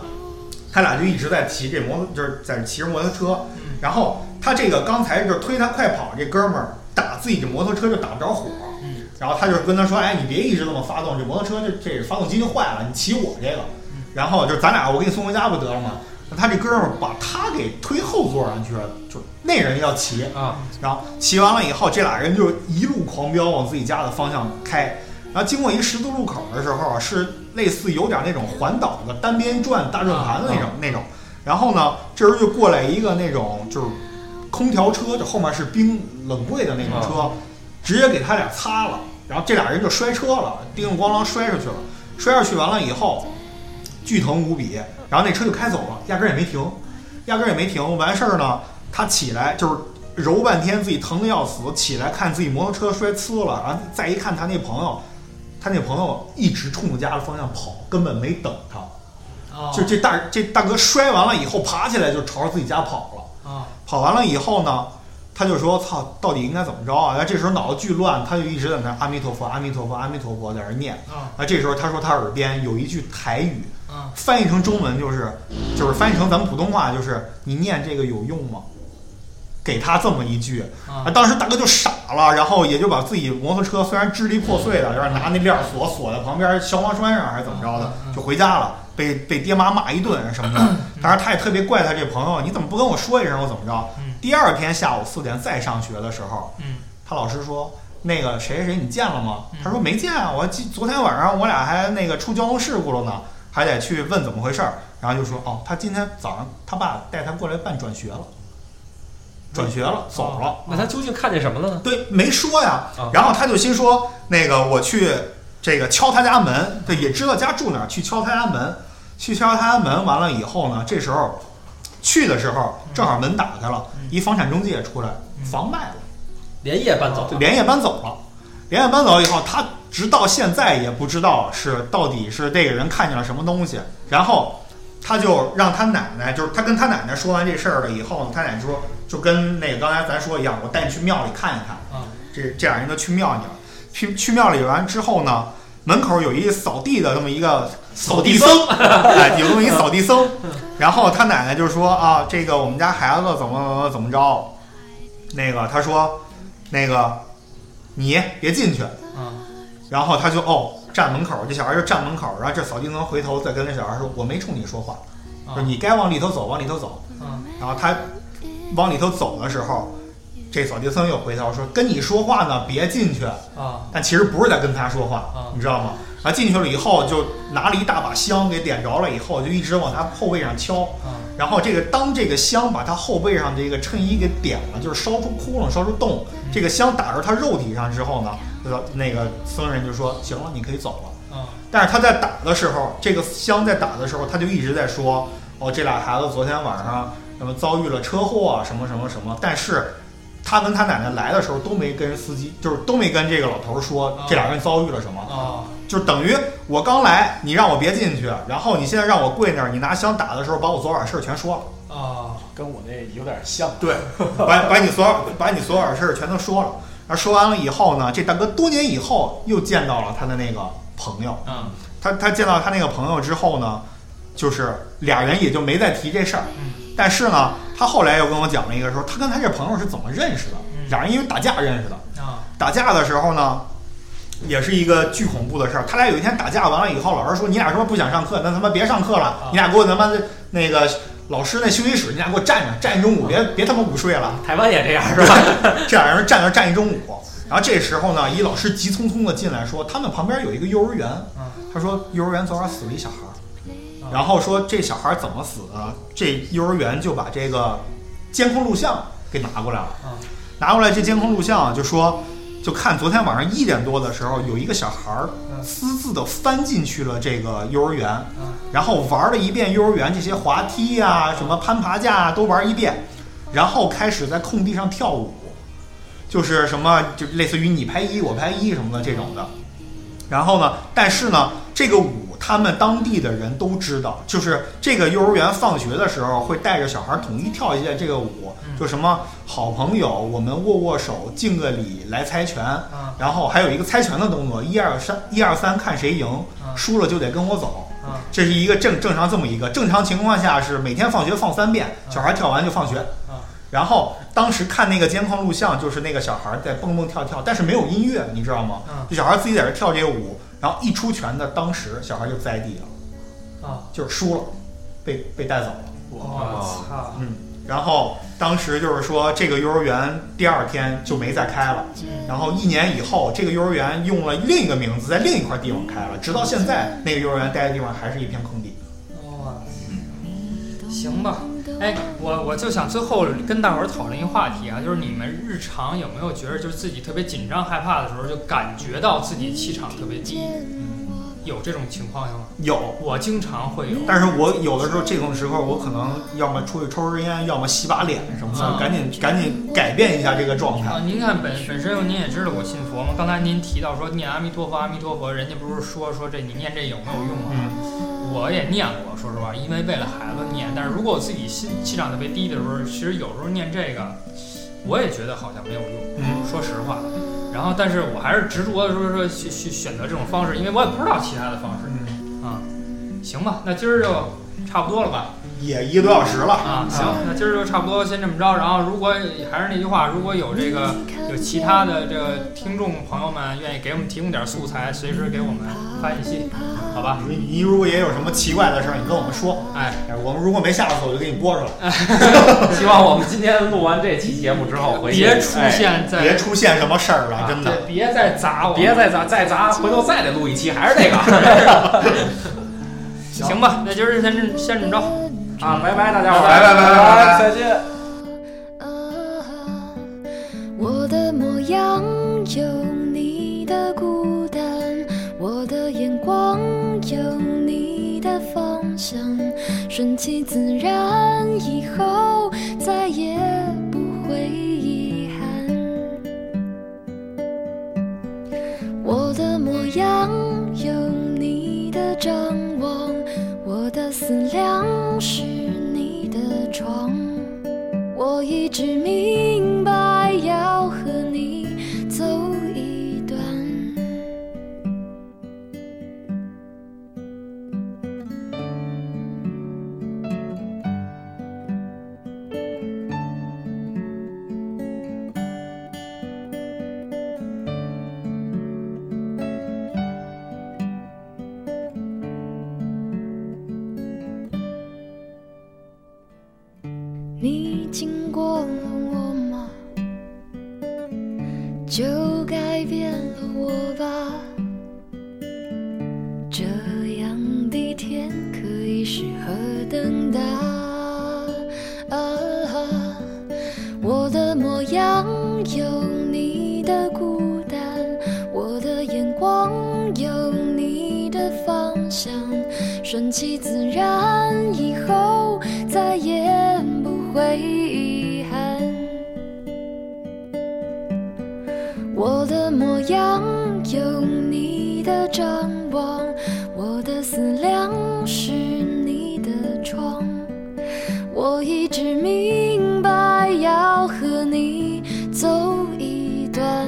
Speaker 2: 他俩就一直在骑这摩托，就是在骑着摩托车，
Speaker 3: 嗯
Speaker 2: 然后他这个刚才就是推他快跑这哥们儿打自己的摩托车就打不着火，
Speaker 3: 嗯
Speaker 2: 然后他就跟他说：“哎，你别一直这么发动，这摩托车这这发动机就坏了，你骑我这个。”
Speaker 3: 嗯
Speaker 2: 然后就是咱俩，我给你送回家不得了吗？他这哥们儿把他给推后座上去了，就那人要骑，
Speaker 1: 啊，
Speaker 2: 然后骑完了以后，这俩人就一路狂飙往自己家的方向开。然后经过一十字路口的时候啊，是类似于有点那种环岛的单边转大转盘的那种、啊那种。然后呢，这时候就过来一个那种就是空调车，就后面是冰冷柜的那种车，直接给他俩擦了。然后这俩人就摔车了，叮叮咣啷摔出去了。摔下去完了以后，巨疼无比。然后那车就开走了，压根儿也没停，压根儿也没停。完事儿呢，他起来就是揉半天，自己疼得要死，起来看自己摩托车摔呲了，然后再一看他那朋友，他那朋友一直冲着家的方向跑，根本没等他。
Speaker 3: 哦，
Speaker 2: 就这大这大哥摔完了以后，爬起来就朝着自己家跑了。
Speaker 3: 啊
Speaker 2: 跑完了以后呢，他就说：“操，到底应该怎么着啊？”然后这时候脑子巨乱，他就一直在那儿阿弥陀佛、阿弥陀佛、阿弥陀佛在那儿念。
Speaker 3: 啊
Speaker 2: 啊，这时候他说他耳边有一句台语，
Speaker 3: 啊
Speaker 2: 翻译成中文就是，就是翻译成咱们普通话就是：“你念这个有用吗？”给他这么一句，啊，
Speaker 3: 啊
Speaker 2: 当时大哥就傻了，然后也就把自己摩托车虽然支离破碎的，然后拿那链儿锁锁在旁边消防栓上还是怎么着的
Speaker 3: 嗯嗯，嗯嗯
Speaker 2: 就回家了，被被爹妈骂一顿什么的。当然他也特别怪他这朋友，你怎么不跟我说一声，我怎么着
Speaker 3: 嗯？
Speaker 2: 第二天下午四点再上学的时候，
Speaker 3: 嗯
Speaker 2: 他老师说。那个谁谁谁，你见了吗
Speaker 3: 嗯？
Speaker 2: 他说没见啊，我记昨天晚上我俩还那个出交通事故了呢，还得去问怎么回事儿。然后就说哦，他今天早上他爸带他过来办转学了，转学了，走
Speaker 3: 哦
Speaker 2: 了。
Speaker 1: 那他究竟看见什么了呢？
Speaker 2: 对，没说呀
Speaker 1: 啊。
Speaker 2: 然后他就心说，那个我去这个敲他家门，对，也知道家住哪儿，去敲他家门，去敲他家门。完了以后呢，这时候去的时候正好门打开了，
Speaker 3: 嗯
Speaker 2: 一房产中介出来，
Speaker 3: 嗯
Speaker 2: 房卖了，
Speaker 1: 连夜搬走啊
Speaker 2: 就连夜搬走了。连夜搬走以后，他直到现在也不知道是到底是这个人看见了什么东西。然后他就让他奶奶，就是他跟他奶奶说完这事儿了以后呢，他奶奶说，就跟那个刚才咱说一样，我带你去庙里看一看。
Speaker 3: 啊
Speaker 2: 这这俩人就去庙里了。去去庙里完之后呢，门口有一扫地的这么一个扫地僧，哎，有这么一扫地僧。然后他奶奶就说啊，这个我们家孩子怎么怎么怎么着，那个他说，那个你别进去。
Speaker 3: 啊
Speaker 2: 然后他就哦站门口，这小孩就站门口，然后这扫地僧回头再跟那小孩说，我没冲你说话，
Speaker 3: 啊
Speaker 2: 说你该往里头走，往里头走。
Speaker 3: 啊
Speaker 2: 然后他往里头走的时候，这扫地僧又回头说：“跟你说话呢，别进去。”
Speaker 3: 啊
Speaker 2: 但其实不是在跟他说话
Speaker 3: 啊，
Speaker 2: 你知道吗？然后进去了以后，就拿了一大把香给点着了，以后就一直往他后背上敲。
Speaker 3: 啊
Speaker 2: 然后这个当这个香把他后背上这个衬衣给点了，就是烧出窟窿、烧出洞，这个香打着他肉体上之后呢，那个僧人就说：“行了，你可以走了。”
Speaker 3: 啊
Speaker 2: 但是他在打的时候，这个香在打的时候，他就一直在说：“哦，这俩孩子昨天晚上什么遭遇了车祸啊，什么什么什么。”但是，他跟他奶奶来的时候都没跟司机，就是都没跟这个老头说
Speaker 3: 啊
Speaker 2: 这俩人遭遇了什么，
Speaker 3: 啊
Speaker 2: 就等于我刚来，你让我别进去，然后你现在让我跪那儿，你拿香打的时候把我昨晚的事儿全说了，
Speaker 3: 啊
Speaker 4: 跟我那有点像。
Speaker 2: 对，把把你所有把你所有的事儿全都说了。而说完了以后呢，这大哥多年以后又见到了他的那个朋友。
Speaker 3: 啊
Speaker 2: 他他见到他那个朋友之后呢，就是俩人也就没再提这事儿。
Speaker 3: 嗯
Speaker 2: 但是呢，他后来又跟我讲了一个说，他跟他这朋友是怎么认识的，
Speaker 3: 嗯
Speaker 2: 俩人因为打架认识的。
Speaker 3: 啊
Speaker 2: 打架的时候呢，也是一个巨恐怖的事儿。他俩有一天打架完了以后，老师说你俩他妈不想上课，那他妈别上课
Speaker 3: 啊
Speaker 2: 了，你俩给我他妈的那个老师那休息室，你俩给我站着，站一中午，别别他妈午睡了。
Speaker 1: 台湾也这样是吧？ (laughs)
Speaker 2: 这俩人站那儿站一中午，然后这时候呢，一老师急匆匆的进来说，他们旁边有一个幼儿园
Speaker 3: 嗯，
Speaker 2: 他说幼儿园昨晚死了一小孩儿，然后说这小孩怎么死的，这幼儿园就把这个监控录像给拿过来了
Speaker 4: 嗯。
Speaker 2: 拿过来这监控录像就说，就看昨天晚上一点多的时候，有一个小孩儿
Speaker 4: 嗯
Speaker 2: 私自的翻进去了这个幼儿园
Speaker 4: 嗯，
Speaker 2: 然后玩了一遍幼儿园这些滑梯啊、什么攀爬架啊都玩一遍，然后开始在空地上跳舞，就是什么就类似于你拍一我拍一什么的这种的。然后呢，但是呢，这个舞他们当地的人都知道，就是这个幼儿园放学的时候会带着小孩统一跳一下这个舞，
Speaker 3: 嗯
Speaker 2: 就什么好朋友，我们握握手，敬个礼，来猜拳，
Speaker 3: 啊
Speaker 2: 然后还有一个猜拳的动作，一二三，一二三，看谁赢，
Speaker 3: 啊
Speaker 2: 输了就得跟我走。
Speaker 3: 啊
Speaker 2: 这是一个正正常这么一个正常情况下是每天放学放三遍，小孩跳完就放学。
Speaker 3: 啊
Speaker 2: 然后当时看那个监控录像，就是那个小孩在蹦蹦跳跳，但是没有音乐，你知道吗？
Speaker 3: 嗯
Speaker 2: 这小孩自己在这跳这个舞，然后一出拳的当时小孩就栽地了，
Speaker 3: 啊！
Speaker 2: 就是输了，被被带走了。
Speaker 3: 我操！
Speaker 2: 嗯，然后当时就是说这个幼儿园第二天就没再开了，然后一年以后这个幼儿园用了另一个名字，在另一块地方开了，直到现在那个幼儿园待的地方还是一片空地。
Speaker 3: 哇行吧，哎，我我就想最后跟大伙儿讨论一个话题啊，就是你们日常有没有觉得，就是自己特别紧张、害怕的时候，就感觉到自己气场特别低，有这种情况吗？
Speaker 2: 有，
Speaker 3: 我经常会有。
Speaker 2: 但是我有的时候这种时候我可能要么出去抽根烟，要么洗把脸什么
Speaker 3: 啊
Speaker 2: 的，赶紧赶紧改变一下这个状态
Speaker 3: 啊，。您看本本身您也知道我信佛嘛，刚才您提到说念阿弥陀佛阿弥陀佛，人家不是说说这你念这有没有用啊？
Speaker 2: 嗯，
Speaker 3: 我也念过，说实话，因为为了孩子念。但是如果我自己心气场特别低的时候，其实有时候念这个，我也觉得好像没有用，
Speaker 2: 嗯
Speaker 3: 说实话。然后，但是我还是执着的说说去去选择这种方式，因为我也不知道其他的方式
Speaker 2: 嗯，
Speaker 3: 啊、行吧，那今儿就差不多了吧。
Speaker 2: 也一个多小时了。
Speaker 3: 啊，行，那今儿就差不多先这么着。然后，如果还是那句话，如果有这个有其他的这个听众朋友们愿意给我们提供点素材，随时给我们发信息，好吧？
Speaker 2: 你你如果也有什么奇怪的事儿，你跟我们说，
Speaker 3: 哎，
Speaker 2: 哎我们如果没下次我就给你播出来，
Speaker 1: 希望我们今天录完这期节目之后，回去
Speaker 3: 别出现在、
Speaker 2: 别出现什么事儿了，真的。
Speaker 3: 对，别再砸
Speaker 1: 嗯
Speaker 3: 我，
Speaker 1: 别再砸再砸，回头再得录一期，还是这个
Speaker 3: (laughs)
Speaker 1: (laughs)
Speaker 3: 行吧？那今儿就先这先这么着。
Speaker 1: 啊！拜拜，大家伙儿，
Speaker 2: 拜拜拜拜拜拜
Speaker 1: 再见。
Speaker 5: 啊，我的模样有你的孤单，我的眼光有你的方向，顺其自然，以后再也不会遗憾。我的模样有你的张望，我的思量是你的床。我一直明白要和你走一段。你经过了我吗？就改变了我吧。这样的天可以适合等待。啊，我的模样有你的孤单，我的眼光有你的方向，顺其自然，以后再也不会遗憾。我的模样有你的张望，我的思量是你的窗。我一直明白要和你走一段。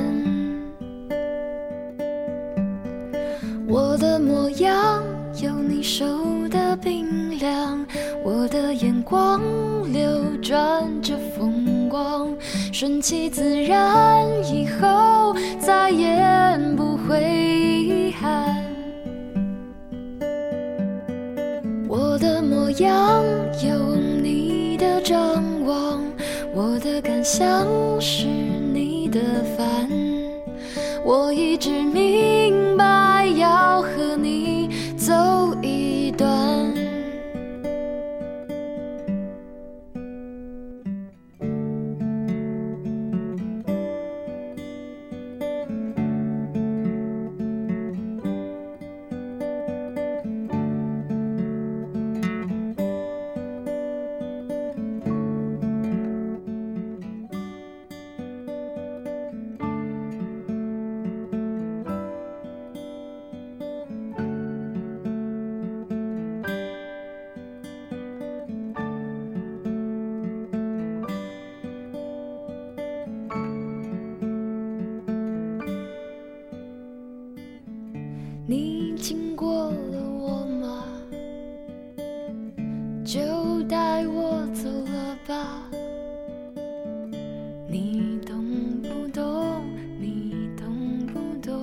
Speaker 5: 我的模样有你手的冰凉，我的眼光流转着风光，顺其自然，以后再也不会遗憾。我的模样有你的张望，我的感想是你的烦。我一直明白要和你走一段。你经过了我吗？就带我走了吧。你懂不懂？你懂不懂？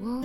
Speaker 5: 哦